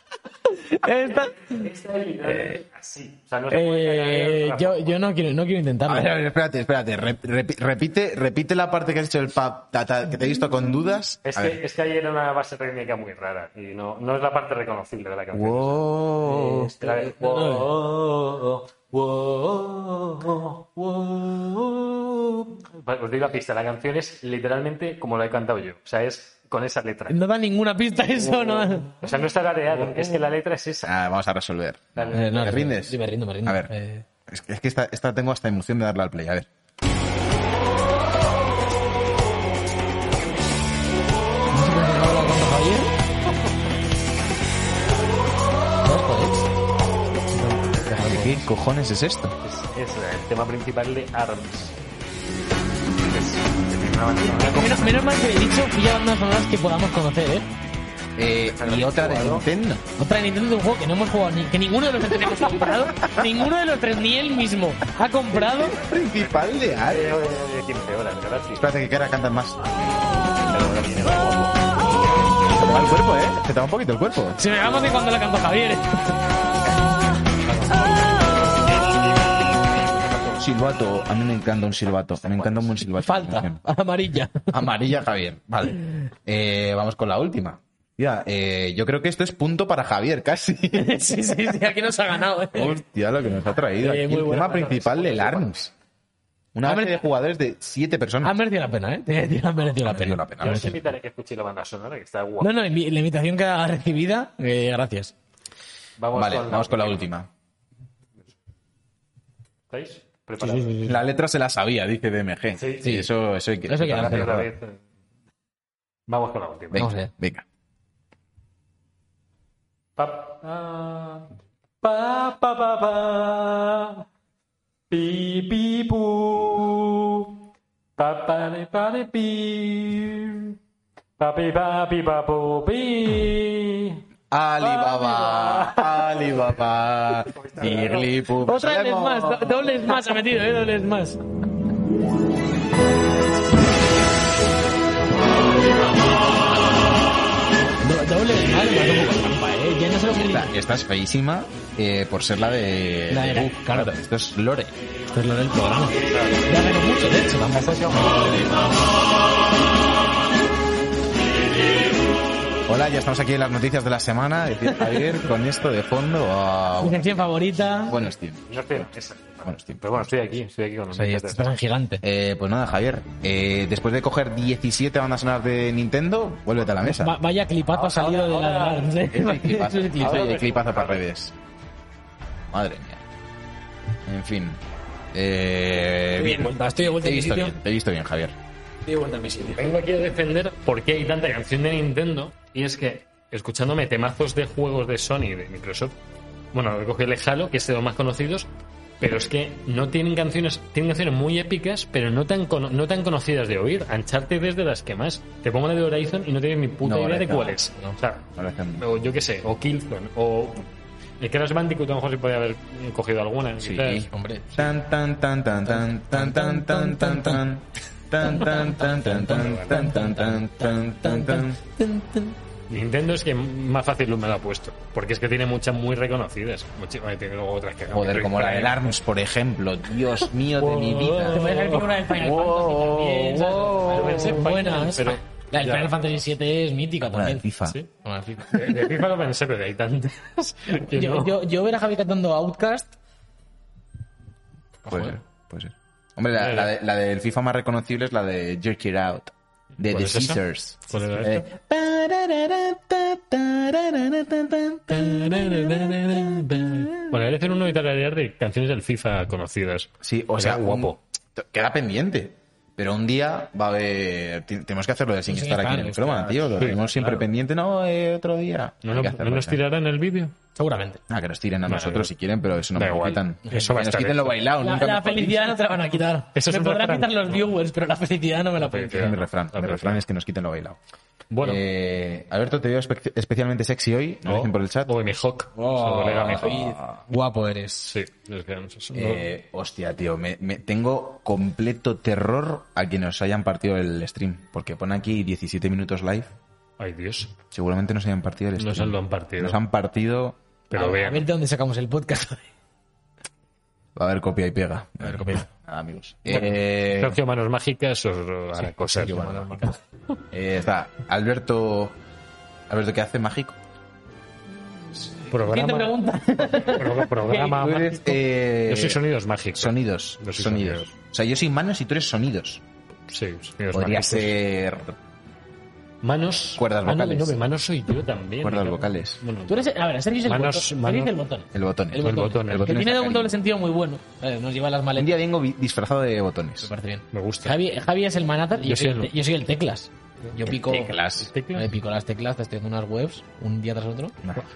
S3: Está-
S6: Así, Eh, o sea, no se puede
S3: eh,
S6: caer.
S3: yo, yo no quiero, no quiero intentarlo.
S2: A ver, a ver, espérate, espérate. Rep- repi- Repite, repite la parte que has hecho el pa, ta, ta, que te he visto con dudas.
S6: Es
S2: A
S6: que,
S2: ver.
S6: es que ahí era una base rítmica muy rara y no, no es la parte reconocible de la canción.
S2: Wow.
S6: La de-
S3: no, no,
S6: Vale, Os doy la pista, la canción es literalmente como la he cantado yo, o sea, es con esa letra.
S3: No da ninguna pista eso, no. da- Eh,
S6: O sea, no está lareado, es que la letra es esa.
S2: Ah, vamos a resolver.
S6: La-
S3: Eh, no,
S2: ¿Te
S3: sí,
S2: rindes?
S3: Sí, me rindo, me rindo.
S2: A ver.
S3: Eh,
S2: Es que, es que esta, esta tengo hasta emoción de darle al play. A ver.
S3: ¿sabes cuál es?
S2: ¿Qué cojones es esto?
S6: es, es el tema principal de Arms. Es- es una banda sonora como-
S3: Menos, menos mal que he dicho pilla bandas sonoras que podamos conocer, ¿eh?
S2: Eh, y otra de Nintendo.
S3: Otra de Nintendo de un juego que no hemos jugado ni que ninguno de los que tenemos comprado, ninguno de los tres ni él mismo ha comprado.
S2: Principal de Ari.
S6: Eh, eh, 15 horas, gratis.
S2: Espérate que cara cantan más. Se te va el cuerpo, eh. Se te va un poquito el cuerpo.
S3: Se me va más de cuando la cantó Javier. ¿eh?
S2: Silbato. A mí me encanta un silbato. Me encanta un buen silbato.
S3: Falta, amarilla.
S2: Amarilla, Javier. Vale. Eh, vamos con la última. Mira, eh, yo creo que esto es punto para Javier, casi.
S3: sí, sí, sí, aquí nos ha ganado, ¿eh?
S2: Hostia, lo que nos ha traído.
S3: Eh,
S2: Aquí
S3: muy
S2: el
S3: buena.
S2: tema principal del ARMS. Una
S3: Ha
S2: base de
S3: merecido-
S2: jugadores de siete
S3: Ha
S2: personas.
S3: merecido la pena, ¿eh? Sí, Ha merecido la pena.
S2: merecido la pena.
S3: Ha
S6: Yo os
S3: merecido la
S6: invitaré a que escuchéis la banda sonora, que está guapa.
S3: pena. No, no, invi- la invitación que ha recibida, eh, gracias.
S6: Vamos
S2: Vale, vamos con la última.
S6: ¿Estáis preparados?
S2: La letra se la sabía, dice DMG.
S6: Sí,
S2: Sí, eso, eso hay que.
S3: Eso hay que
S2: tocarlo.
S3: hacerlo.
S6: Otra vez, eh. Vamos con la última.
S2: Venga,
S3: Vamos allá.
S2: venga.
S6: Pa, ah, pa, pa, pa, pa. Pi, pi, pu. Pa, pa, de, pa, de, pi. Pa, pi, pa, pi, pa, pu, pi.
S2: Alibaba, Alibaba, Girly Pup.
S3: Otra vez más, do- dobles más ha metido, ¿eh? Dobles más. Do- dobles más, me parece un poco trampa, ¿eh? Ya no sé lo que
S2: Esta, esta es feísima eh, por ser la de.
S3: La de la-
S2: Uh, claro, esto es Lore.
S3: Esto es lo del programa. Ya ganó mucho, de hecho.
S2: Hola, ya estamos aquí en las noticias de la semana. Decía Javier, con esto de fondo. ah,
S3: Mi sección favorita.
S2: buenos tiempos.
S6: No estoy en esa.
S2: Buenos tiempos.
S6: Pero bueno, estoy aquí, estoy aquí con los
S3: O sea, ya
S6: muchachos.
S3: estás en gigante.
S2: Eh, pues nada, Javier. eh, después de coger 17 bandas sonoras de Nintendo, vuélvete a la mesa.
S3: Va- vaya clipazo ha salido de la de Arms, ¿eh?
S2: Es el clipazo.
S3: Es el clipazo.
S2: Oye, clipazo para redes. Madre mía. En fin. Eh,
S3: Estoy de
S2: bien.
S3: vuelta, estoy de
S2: Te
S3: vuelta
S2: he
S3: en mi
S2: visto
S3: sitio.
S2: bien, te he visto bien, Javier.
S3: Estoy de vuelta en mi sitio.
S1: Vengo aquí a defender por qué hay tanta canción de Nintendo y es que escuchándome temazos de juegos de Sony y de Microsoft bueno, recogí el Halo, que es de los más conocidos, pero es que no tienen canciones, tienen canciones muy épicas, pero no tan, cono- no tan conocidas de oír. Uncharted es de las que más. Te pongo la de Horizon y no tienes ni puta
S2: No,
S1: idea de
S2: Horizon.
S1: cuál es. O sea,
S2: Horizon.
S1: o yo qué sé, o Killzone, o... El Crash Bandicoot a lo mejor se podía haber cogido alguna.
S2: Sí.
S1: quizás.
S3: Hombre.
S2: Tan tan tan tan tan tan tan tan tan tan tan tan tan tan tan tan tan tan tan tan
S1: Nintendo es que más fácil me lo ha puesto. Porque es que tiene muchas muy reconocidas. Muchísimas. Tiene luego otras que
S2: Joder, como la del ARMS, por ejemplo. Dios mío de mi
S1: Te
S2: vida.
S1: voy a dejar con una del Final
S3: Fantasy también, ¿sabes? Pero
S1: pensé en
S3: buenas.
S1: Final, pero-
S3: La del
S1: ya.
S3: Final Fantasy VII es mítica
S2: Una del
S3: también.
S2: FIFA.
S1: Sí.
S3: Bueno, el FIFA.
S1: De, de FIFA lo pensé, pero hay tantas. que
S3: Yo,
S1: no.
S3: yo, yo ver a Javi cantando Outcast.
S2: Puede
S1: ¿eh?
S2: ser, puede ser. Hombre, la, la de- la del FIFA más reconocible es la de Jerk It Out. De
S1: ¿Cuál
S2: The
S1: es esa?
S2: Scissors.
S1: ¿Cuál era
S2: Eh,
S1: Bueno, hay que hacer uno y tararear de canciones del FIFA conocidas.
S2: Sí, o
S1: Era
S2: sea,
S1: guapo.
S2: un- Queda pendiente. Pero un día va a haber. ti- Tenemos que hacerlo de sin
S3: Sí,
S2: estar aquí en
S3: claro,
S2: el croma,
S3: claro.
S2: tío. Lo
S1: Sí,
S2: tenemos siempre
S1: claro.
S2: pendiente. No, eh, otro día.
S1: ¿No,
S2: Hay
S1: no-
S2: que
S1: no
S2: hacerlo,
S1: nos
S2: sí.
S1: tirarán el vídeo?
S3: Seguramente.
S2: Ah, que nos tiren a
S1: Vale,
S2: nosotros
S1: vale.
S2: si quieren, pero eso no
S1: Da
S2: me lo
S1: igual.
S2: quitan.
S1: Eso va
S2: Que
S1: a
S2: nos
S1: estar
S2: quiten lo
S1: hecho.
S2: bailado.
S3: La,
S2: nunca
S3: la
S2: mejor dicho.
S3: felicidad no te la van a quitar.
S1: Eso es
S3: me
S1: un
S3: podrán
S1: refrán.
S3: quitar los viewers, pero la felicidad no me la pueden
S1: felicidad.
S3: quitar.
S2: Es mi refrán.
S1: La
S2: Mi refrán
S1: felicidad.
S2: es que nos quiten lo bailado.
S1: Bueno.
S2: Eh, Alberto, te veo espe- especialmente sexy hoy. Nos dicen por el chat.
S1: O mi Hawk.
S3: Oh,
S1: Nuestro colega mi Hawk.
S3: guapo eres.
S1: Sí, es que no sé, eso no-
S2: Eh, hostia, tío, me, me- tengo completo terror a que nos hayan partido el stream. Porque pone aquí 17 minutos live.
S1: Ay, Dios.
S2: Seguramente nos hayan partido el stream.
S1: Nos lo han partido.
S2: Nos han partido.
S1: Pero
S3: a, a
S1: vean.
S3: ver de dónde sacamos el podcast.
S2: Va a haber copia y pega.
S3: a ver, copia.
S2: Nada, amigos. Eh,
S1: Sergio Manos Mágicas os hará cosas.
S2: Sergio Manos eh, está Alberto. Alberto, ¿qué hace mágico?
S3: Siguiente
S1: Programa.
S3: pregunta.
S1: pro- programa.
S2: Tú eres, eh,
S1: Ah, Yo soy sonidos mágicos.
S2: Sonidos.
S1: Yo soy
S2: sonidos. O sea, yo soy manos y tú eres sonidos.
S1: Sí, sonidos
S2: Podría
S1: mágicos.
S2: ser.
S1: Manos.
S2: Cuerdas
S1: Ah, no,
S2: vocales.
S1: No, pero manos soy yo también.
S2: Cuerdas
S1: me cago-
S2: vocales.
S1: Bueno,
S3: Tú eres, a ver, Sergio es el
S1: Manos-
S3: botón.
S1: manos-
S3: Sergio es el botón.
S2: El botón.
S3: El botón.
S1: el
S2: El
S3: Que
S2: botón
S3: tiene
S2: está
S3: un
S2: caliente.
S3: doble sentido muy bueno. Eh, nos lleva las
S2: Un
S3: maletas.
S2: día vengo vi- disfrazado de
S3: Me
S2: botones.
S3: parece bien.
S1: Me gusta.
S3: Javi, Javi es el manatar y
S1: Yo
S3: yo soy
S1: soy
S3: el,
S1: el-
S3: te- yo soy el teclas. Yo pico,
S2: Teclas.
S1: ¿Teclas?
S3: eh, pico las teclas, te estoy haciendo unas webs un día tras otro.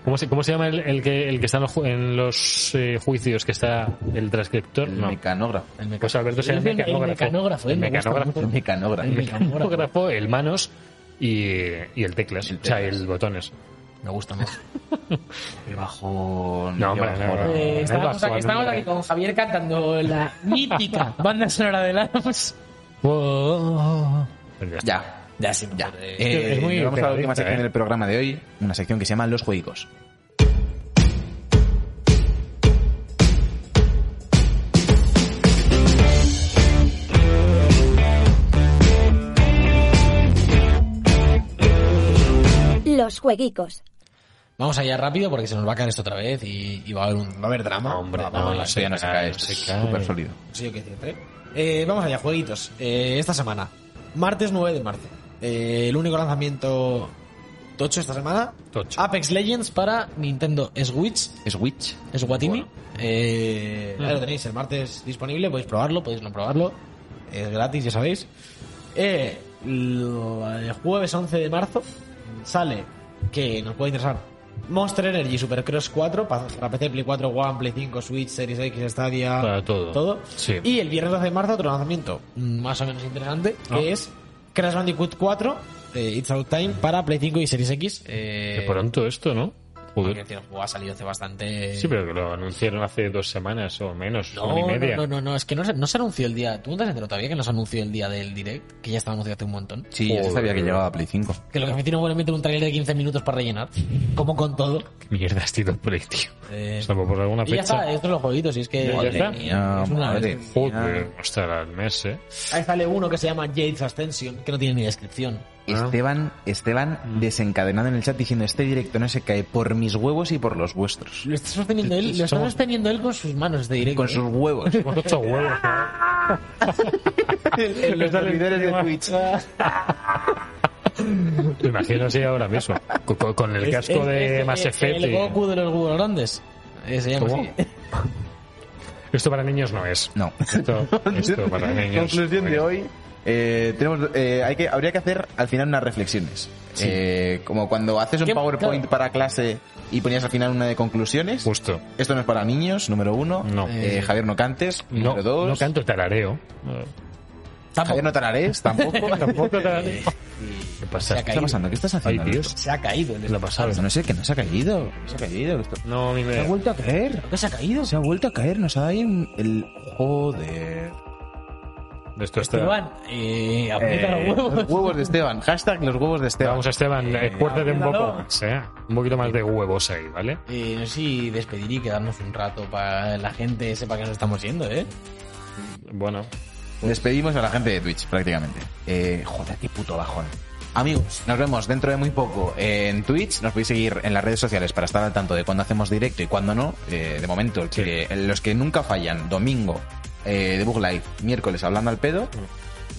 S1: ¿Cómo se, cómo se llama el, el que, el que está en los, ju- en los, eh, juicios? Que está el transcriptor.
S2: El
S1: No.
S2: mecanógrafo.
S3: El meca-
S1: Pues Alberto es el
S3: Yo soy el-
S1: mecanógrafo.
S3: El mecanógrafo, eh,
S1: El
S3: me gusta
S1: mecanógrafo.
S2: El
S3: mucho.
S2: mecanógrafo.
S3: El
S1: El mecanógrafo, el manos y, y el, teclas,
S2: El
S1: O sea,
S2: teclas.
S1: el botones.
S3: Me gusta más.
S2: Qué bajón.
S1: No,
S2: qué
S1: hombre, no,
S2: bajón.
S1: no, no.
S3: Eh, estábamos
S1: bajón,
S3: aquí, estábamos
S1: no,
S3: aquí
S1: no.
S3: con Javier cantando la mítica banda sonora de Lams.
S1: Pues ya está.
S2: Ya.
S3: Ya, sí,
S2: Ya.
S1: que
S2: Eh,
S1: es muy
S2: vamos a la última
S1: pegadista,
S2: sección
S1: eh.
S2: del programa de hoy, una sección que se llama Los Juegos.
S4: Los jueguicos.
S3: Vamos allá rápido porque se nos va a caer esto otra vez y, y va a haber un, va a haber drama.
S1: Hombre,
S3: Drama,
S1: no,
S3: la
S2: Esto Ah, ya no se
S1: cae,
S2: cae,
S1: no
S2: esto
S1: se
S2: es
S1: cae.
S2: súper sólido.
S3: No sé yo qué decirte. Eh, vamos allá, jueguitos. Eh, esta semana, martes 9 de marzo. Eh, el único lanzamiento tocho esta semana.
S1: Tocho.
S2: Ah,
S3: Apex Legends para Nintendo Switch.
S2: Switch.
S3: Swatini. Eh, ya lo tenéis el martes disponible. Podéis probarlo, podéis no probarlo. Es gratis, ya sabéis. Eh, lo- el jueves 11 de marzo sale que nos puede interesar Monster Energy Supercross 4 pa- para PC, Play 4, One, Play 5, Switch, Series X, Stadia.
S1: Para todo. Sí.
S3: Y el viernes 12 de marzo otro lanzamiento mm, más o menos interesante que
S1: Ah.
S3: es Crash Bandicoot 4 eh, It's Out Time para Play 5 y Series X. Eh,
S1: Qué pronto esto, ¿no? Joder.
S3: porque
S2: eh,
S3: el juego ha salido hace bastante.
S1: Sí, pero que lo anunciaron hace dos semanas o menos,
S3: No,
S1: una y media.
S3: No, no, no, no, es que no se, no se anunció el día. ¿Tú no te has enterado todavía que no se anunció el día del direct? Que ya estaba anunciado hace un montón.
S2: Sí, yo sabía que llevaba Play 5.
S3: Que lo que me hicieron fue meter un trailer de 15 minutos para rellenar. Como con todo.
S1: ¿Qué mierda has sido por ahí, tío?
S3: Eh,
S1: Está por alguna
S3: y ya
S1: fecha.
S3: está, estos son los jueguitos. Y es que.
S1: Ya, ya está.
S2: Mía,
S3: Es una
S2: Ah, madre
S3: vez.
S1: Joder,
S2: mía.
S1: hasta el mes, ¿eh?
S3: Ahí sale uno que se llama Jade's Ascension, que no tiene ni descripción.
S2: Esteban,
S1: Mm.
S2: Esteban desencadenado en el chat diciendo este directo no se cae por mis huevos y por los vuestros.
S3: Lo está sosteniendo él, lo está
S1: Somos-
S3: sostenieniendo él con sus manos este directo.
S2: Con
S3: ¿eh?
S2: sus huevos.
S1: Hemos hecho huevos.
S2: Los servidores de Twitch.
S1: Me imagino así ahora mismo. Con- Con, con el
S3: Es-
S1: casco
S3: es-
S1: de
S3: es-
S1: Mass
S3: es
S1: Effect.
S3: El
S1: y-
S3: Goku de los Google grandes. Eh, se llama
S1: ¿Cómo?
S3: así.
S1: Esto para niños no es.
S2: No.
S1: Esto, esto para niños.
S2: Conclusión
S1: no
S2: de
S1: es.
S2: hoy. eh, tenemos, eh, hay que, habría que hacer al final unas reflexiones. Eh, como cuando haces un
S3: ¿Qué?
S2: PowerPoint
S3: Claro.
S2: para clase y ponías al final una de conclusiones.
S1: Justo.
S2: Esto no es para niños, número uno.
S1: Pues- No.
S2: Eh, Javier, no cantes.
S1: No,
S2: número dos.
S1: no canto tarareo.
S3: Tampoco.
S2: Javier, no tararees, tampoco.
S1: Tampoco tarareo. ¿Qué pasa?
S3: Se ha
S2: ¿Qué está pasando? ¿Qué estás
S1: Ay,
S2: haciendo?
S1: Dios.
S3: Se ha caído.
S1: La pasada.
S2: No sé, que no se ha caído. No se ha caído. Esto-
S1: No, mi
S2: Se ha vuelto a caer.
S3: ¿Qué se ha caído?
S2: Se ha vuelto a caer. Nos ha dado ahí un- el... Joder.
S1: Esto está...
S3: Esteban, eh, aprieta
S1: Eh,
S3: los huevos.
S2: Los huevos de Esteban. Hashtag los huevos de Esteban.
S1: Vamos, Esteban, esfuérzate un poco
S3: apriétalo.
S1: más, ¿eh? Un poquito más de huevos ahí, ¿vale?
S3: Eh, no sé si despedir y quedarnos un rato para que la gente sepa que nos estamos yendo, ¿eh?
S1: Bueno.
S2: Despedimos a la gente de Twitch, prácticamente. Eh, joder, qué puto bajón. Amigos, nos vemos dentro de muy poco en Twitch. Nos podéis seguir en las redes sociales para estar al tanto de cuando hacemos directo y cuando no. Eh, de momento, el que- los que nunca fallan, domingo, eh, de Bug Live, miércoles, hablando al pedo.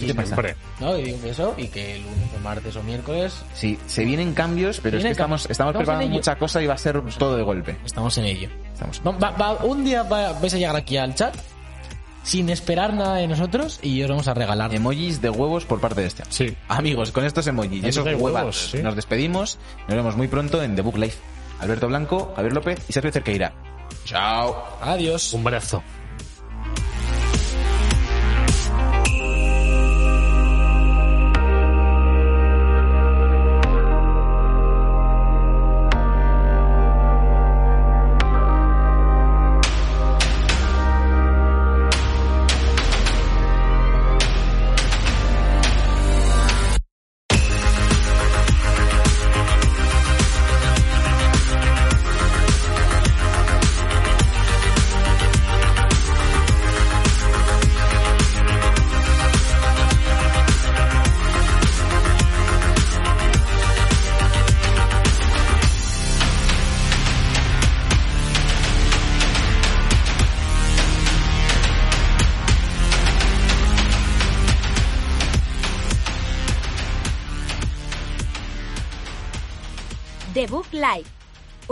S2: ¿Qué te pasa?
S1: Siempre.
S3: ¿No? Y digo que eso, y que el lunes o martes o miércoles
S2: Sí, se vienen cambios, pero
S3: Vienen
S2: es que estamos, estamos
S3: cambios. Estamos en
S2: preparando
S3: ello.
S2: mucha cosa y va a ser todo de golpe.
S3: estamos en ello.
S2: Estamos.
S3: Va- va- va- un día va- vais a llegar aquí al chat sin esperar nada de nosotros y os vamos a regalar.
S2: Emojis de huevos por parte de este.
S1: Sí.
S2: Amigos, con estos emojis y
S1: Emojis
S2: esos
S1: de
S2: huevazos,
S1: huevos, sí.
S2: nos despedimos. Nos vemos muy pronto en The Book Life. Alberto Blanco, Javier López y Sergio Cerqueira. Chao.
S3: Adiós.
S1: Un brazo.
S4: The Book Live,